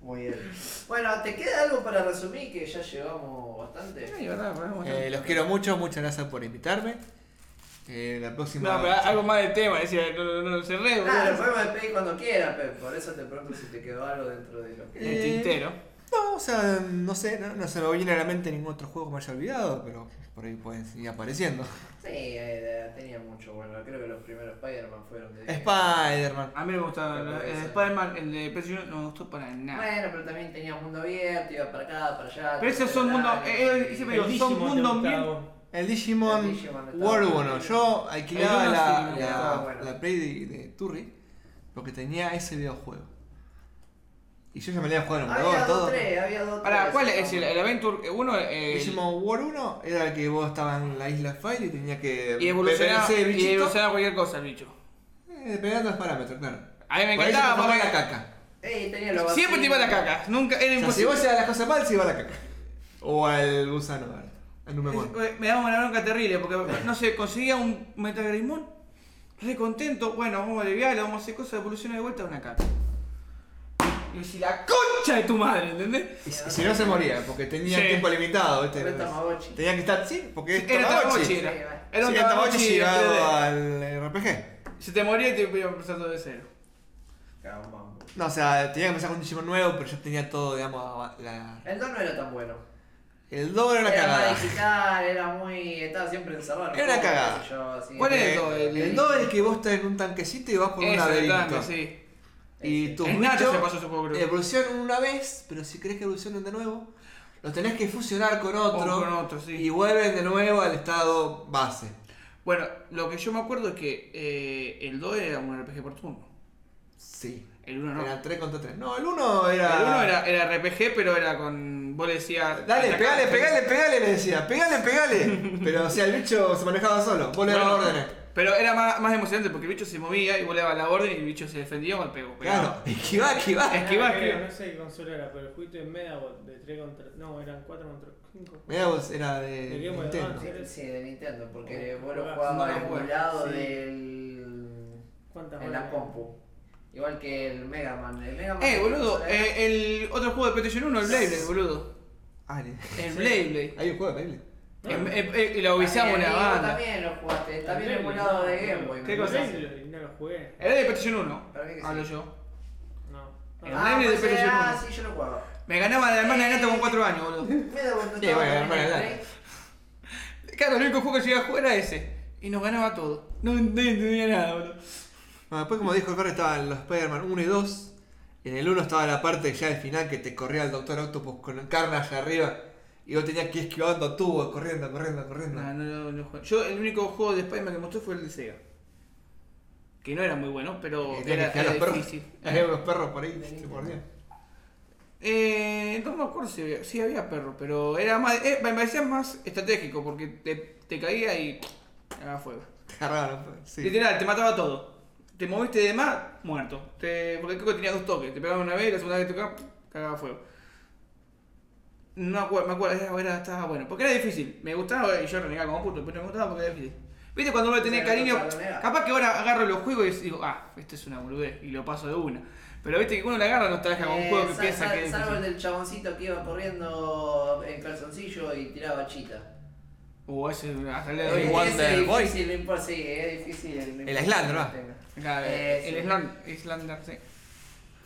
S1: Muy bien. Bueno, ¿te queda algo para resumir que ya llevamos bastante?
S2: Sí, verdad, bueno, bueno.
S3: Eh, los quiero mucho, muchas gracias por invitarme. Eh, la próxima.
S2: No, pero algo más del tema, es decir, no, no, no, cerré, boludo.
S1: Claro, Ah, podemos despedir cuando quieras, Pep. Por eso te pregunto si te quedó algo dentro de lo que.
S2: En el tintero.
S3: No, o sea, no sé, no, no se me viene a la mente ningún otro juego que me haya olvidado, pero por ahí pueden seguir apareciendo.
S1: Sí, eh, tenía mucho bueno. Creo que los primeros Spider-Man fueron de.
S3: Spider-Man.
S2: A mí no me gustaba el, el Spider-Man, el de PlayStation no me gustó para nada.
S1: Bueno, pero también tenía mundo abierto, iba para acá, para allá.
S2: Pero esos son mundos- eh, eh, siempre digo, son
S5: Digimon te
S2: mundos
S5: gustaba,
S2: bien-
S5: vos.
S3: El Digimon,
S1: El Digimon estaba
S3: World
S1: bueno.
S3: 1. Yo alquilaba
S2: El uno
S3: la,
S2: sí,
S3: la-
S1: estaba bueno.
S3: la Play de, de Turri porque tenía ese videojuego. Y yo ya me leía el juego número
S1: Había
S3: 2, todo.
S1: dos, tres, había dos,
S2: Pará,
S1: tres,
S2: ¿cuál
S1: ¿no?
S2: es? El, el Adventure 1 eh,
S3: Digimon World 1 era el que vos estabas en la isla Fire y tenía que
S2: y evolucionaba,
S3: beberse
S2: y
S3: bichito.
S2: evolucionaba cualquier cosa el bicho.
S3: Eh, dependiendo de los parámetros, claro.
S2: A mí me
S3: Por ahí se
S2: encantaba
S3: transformaba
S2: porque-
S3: la caca.
S1: Ey, tenía los
S2: Siempre te iba a la caca, nunca era
S3: O sea, si
S2: imposible.
S3: vos hacías las cosas mal, se iba a la caca. O al gusano, ¿verdad? al Numemon.
S2: Es- Me daba una bronca terrible porque, no sé, conseguía un Metagrimón re contento. Bueno, vamos a aliviarlo, vamos a hacer cosas, evoluciona de vuelta una caca. Y si la concha de tu madre, ¿entendés?
S3: Y si si no se moría, porque tenía
S2: Sí.
S3: tiempo limitado, ¿viste?
S1: Era Tamagotchi.
S3: Tenía que estar, sí, porque es
S2: Era
S3: Tamagotchi.
S2: Tamagotchi,
S3: Sí,
S2: era.
S1: Sí, va.
S2: Era un
S3: era Tamagotchi
S2: Tamagotchi en 3D.
S3: llevado al eh, RPG.
S2: Si te morías, te iba a empezar todo de cero.
S1: Caramba.
S3: No, o sea, tenía que empezar con un Digimon nuevo, pero yo tenía todo, digamos, la...
S1: El 2 no era tan bueno.
S3: el doble era una
S1: Era más
S3: cagada.
S1: digital, era muy. Estaba siempre encerrado. en el
S3: Era una
S1: juego,
S3: cagada.
S1: qué sé yo, así.
S2: ¿Cuál es?
S3: Eh,
S2: todo, el-
S3: El doble es que vos estás en un tanquecito y vas por un
S2: Ese,
S3: laberinto.
S2: tanque, sí.
S3: Y
S1: Ese.
S3: tus
S2: En Nacho
S3: bichos
S2: se pasó ese juego, creo.
S3: evolucionan una vez, pero si crees que evolucionen de nuevo, los tenés que fusionar con otro,
S2: O con otro, sí.
S3: y vuelven de nuevo al estado base.
S2: Bueno, lo que yo me acuerdo es que eh, el 2 era un RPG por turno.
S3: Sí.
S2: El 1 no.
S3: Eran 3 contra 3. No, el 1 era.
S2: El 1 era, era RPG, pero era con. Vos le decías.
S3: Dale,
S2: atacá,
S3: pegale,
S2: atacá.
S3: pegale, pegale, le decía. Pegale, pegale. Pero, o sea, el bicho se manejaba solo. Vos le dabas
S2: Bueno,
S3: órdenes.
S2: Pero era más, más emocionante porque el bicho se movía y vos le dabas la orden y el bicho se defendía o el pego.
S3: Claro, esquivá, esquivá.
S2: Esquivá,
S5: Ah, creo,
S2: esquivá.
S5: No sé qué consola era, pero el juguito de Medabot de 3 contra. No, eran 4 contra 5.
S3: Mira vos, era de.
S5: De Game Boy
S3: Nintendo.
S5: Advance.
S1: Sí, de Nintendo, porque
S5: Oh,
S1: vos lo
S5: juegas,
S1: jugabas
S2: no lo juegas,
S1: emulado
S5: sí.
S1: del.
S5: ¿Cuántas
S1: en la compu. Igual que el Mega Man. El Mega Man
S2: Eh, boludo,
S1: era-
S2: eh, el otro juego de PlayStation 1, el Blade, Blade, boludo.
S3: Ah, le-
S2: El Blade, Blade.
S3: hay un juego de Beyblade.
S2: Em- em- em- Y lo avisamos
S1: También,
S2: una
S1: el Evo
S2: banda.
S1: También lo jugaste, está bien emulado de Game Boy.
S2: ¿Qué
S1: me
S2: cosa?
S1: parece.
S5: No lo jugué.
S2: Era de PlayStation 1,
S1: Para mí que sí.
S2: hablo yo.
S5: No.
S2: El
S5: Ah,
S1: Ah,
S2: Blade de
S1: pues,
S2: PlayStation
S1: ah,
S2: 1.
S1: sí, yo lo jugaba.
S2: Me ganaba la hermana de Nato con 4 años, boludo.
S1: Me da vuelta
S3: Sí,
S1: todo,
S3: bueno,
S1: tenía
S3: hermano,
S1: el
S3: dale.
S1: Play.
S2: Claro, el único juego que llegaba a jugar era ese. Y nos ganaba todo. No ent- entendía nada, boludo.
S3: Bueno, después, como dijo el perro, estaban los Spider-Man 1 y 2. En el 1 estaba la parte ya del final que te corría el Doctor Octopus con el Carnage arriba. Y vos tenías que ir esquivando tubos, corriendo, corriendo, corriendo.
S2: No, no, no, no juego. Yo el único juego de Spider-Man que me gustó fue el de Sega. Que no era muy bueno, pero
S3: Y
S2: era, eh,
S3: tenías Eh, que esquivar
S2: era
S3: los perros.
S2: difícil.
S3: Había unos perros por ahí, se mordían.
S2: Eh, no me acuerdo si había, sí había perro, pero era más, eh, me parecía más estratégico porque te, te caía y haga fuego.
S3: Te agarraban, pues, sí.
S2: Literal, te mataba todo. Te moviste de más, muerto. Te, porque creo que tenía dos toques. Te pegaban una vez, la segunda vez que te tocaba, cagaba fuego. No acuerdo, me acuerdo, era, era- estaba bueno. Porque era difícil. Me gustaba y yo renegaba como puto, pero me gustaba porque era difícil. Viste cuando uno le tenés
S1: Era
S2: cariño.
S1: otra manera.
S2: Capaz que ahora agarro los juegos y digo, ah, esto es una boludez. Y lo paso de una. Pero viste que uno la agarra nostalgia con un
S1: Eh,
S2: juego que
S1: sal-
S2: piensa
S1: sal-
S2: que es
S1: Salvo el
S2: difícil.
S1: del chaboncito que iba corriendo en calzoncillo y tiraba chita.
S2: Uh, ese hasta el día de
S1: Eh,
S2: hoy.
S1: ese
S3: Wonder
S1: es
S3: Boy.
S1: difícil, no importa, sí, es difícil. no importa
S3: Islander,
S1: que
S3: va.
S1: tenga.
S2: Acá,
S1: Eh,
S2: el
S1: sí.
S2: Island, Islander, sí.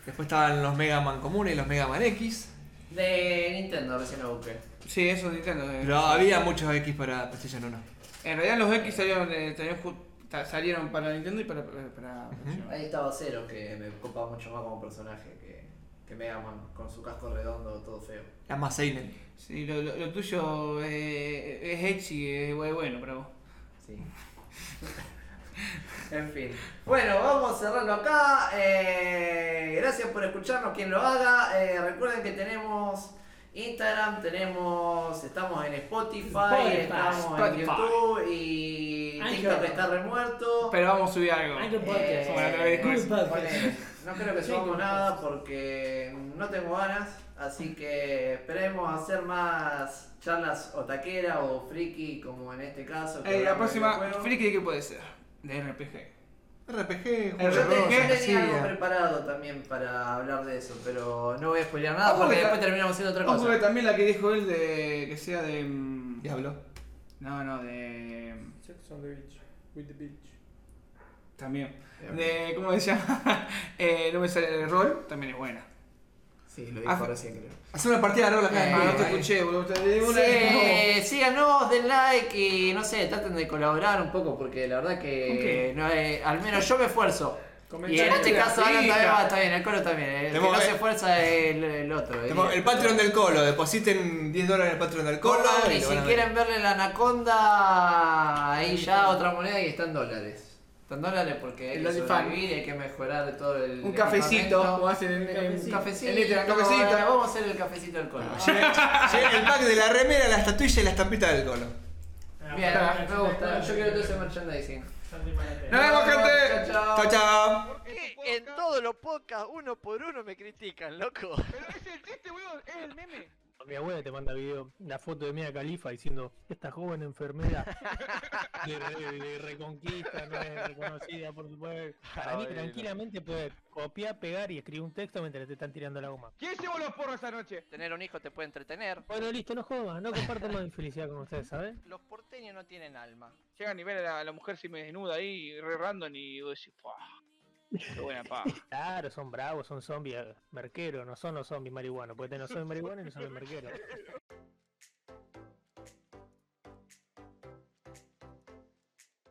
S3: Después estaban los Mega Man comunes y los Mega Man X.
S1: De Nintendo, recién lo busqué.
S2: Sí, eso es Nintendo. eh.
S3: Pero había muchos X para PlayStation 1.
S2: En realidad los X salieron, eh, salieron, ju- ta- salieron para Nintendo y para... para, para-
S1: Ahí estaba Cero, que me copa mucho más como personaje que, que Mega Man, con su casco redondo, todo feo.
S3: Era más Seinen.
S2: Sí, lo, lo- lo tuyo eh, es Edge y es bu- bueno para vos.
S1: Sí. en fin. Bueno, vamos a cerrarlo acá. Eh, gracias por escucharnos, quien lo haga. Eh, recuerden que tenemos Instagram, tenemos, estamos en Spotify,
S7: Spotify,
S1: estamos en
S2: Spotify.
S1: YouTube y
S7: Anchor.
S1: TikTok está remuerto. Eh,
S2: Pero vamos a subir algo. Eh,
S7: Hay que podcast.
S2: como la otra vez con
S7: Cool
S2: eso.
S1: ponele.
S7: podcast.
S1: no creo que
S7: Sí,
S1: subamos
S7: como
S1: nada
S7: podcast.
S1: porque no tengo ganas, así que esperemos hacer más charlas otaquera o friki como en este caso. que
S2: Eh, la
S1: hablamos de
S2: próxima,
S1: videojuegos.
S2: Friki, ¿de qué puede ser? De RPG.
S3: RPG,
S2: El
S3: juegos de
S1: Yo, te- yo
S3: rol,
S2: RPG,
S1: tenía algo
S3: fantasía.
S1: preparado también para hablar de eso, pero no voy a spoilear nada
S2: Ojo
S1: porque
S2: que ta-
S1: después terminamos haciendo otra
S2: Vamos a ver
S1: cosa.
S2: también la que dijo él de que sea de... mm,
S3: Diablo.
S2: No, no, de...
S7: Sex on the beach. With the beach.
S2: También. De, ¿Cómo se llama? eh, no me sale el rol, también es buena.
S1: Sí, lo
S2: dijo
S1: recién, creo.
S3: Hacer una partida de rol acá
S2: Ah,
S3: en
S2: no te
S3: vivo, ahí.
S2: escuché, boludo. Te digo una vez,
S1: Sí, eh, síganos, den like y no sé, traten de colaborar un poco porque la verdad que no es- al menos yo me esfuerzo. Y en
S7: Comentario.
S1: este caso Alan también
S2: Hija.
S1: va, está bien, el coro también. eh, El que
S3: Tenemos
S1: no
S3: que-
S1: se esfuerza es el, el otro. eh.
S3: Tenemos El Patreon del Colo, depositen 10 dólares en el Patreon del Colo.
S2: Ah,
S1: Y
S3: lo
S1: si
S3: van a ver.
S1: quieren verle la anaconda, ahí ya otra moneda y está en dólares. Está en dólares porque hay
S2: El
S1: que
S2: OnlyFans.
S1: sobrevivir y hay que mejorar todo el.
S2: Un cafecito,
S1: equipamiento.
S2: como hacen en, en-
S1: Un
S7: Sí,
S1: cafecito.
S2: en Instagram,
S1: bueno,
S2: cafecito.
S1: vamos a hacer el cafecito del colo.
S3: Llega el pack de la remera, la estatuilla y la estampita del Colo.
S5: Ah,
S1: Bien, me gusta. Yo quiero todo ese merchandising.
S2: Nos vemos, gente.
S1: Chao, chao.
S3: Chao, chao.
S1: En todos los podcasts, uno por uno me critican, loco.
S5: Mi abuela te manda video, la foto de Mia Califa diciendo, esta joven enfermera de, de- de Reconquista no es reconocida por supuesto. Para mí tranquilamente puede copiar, pegar y escribir un texto mientras te están tirando la goma.
S2: ¿Quién llevó los porros esta noche?
S1: Tener un hijo te puede entretener.
S5: Bueno, listo, no jodas, no comparto más infelicidad con ustedes, ¿sabes?
S1: Los porteños no tienen alma.
S2: Llegan y ven a la, a la mujer si me desnuda ahí, re random, y vos decís, ¡pah! ¡Qué buena pa!
S5: Claro, son eh, bravos, son zombies, merqueros, no son los zombies marihuanos, porque no son marihuanos y no son merqueros.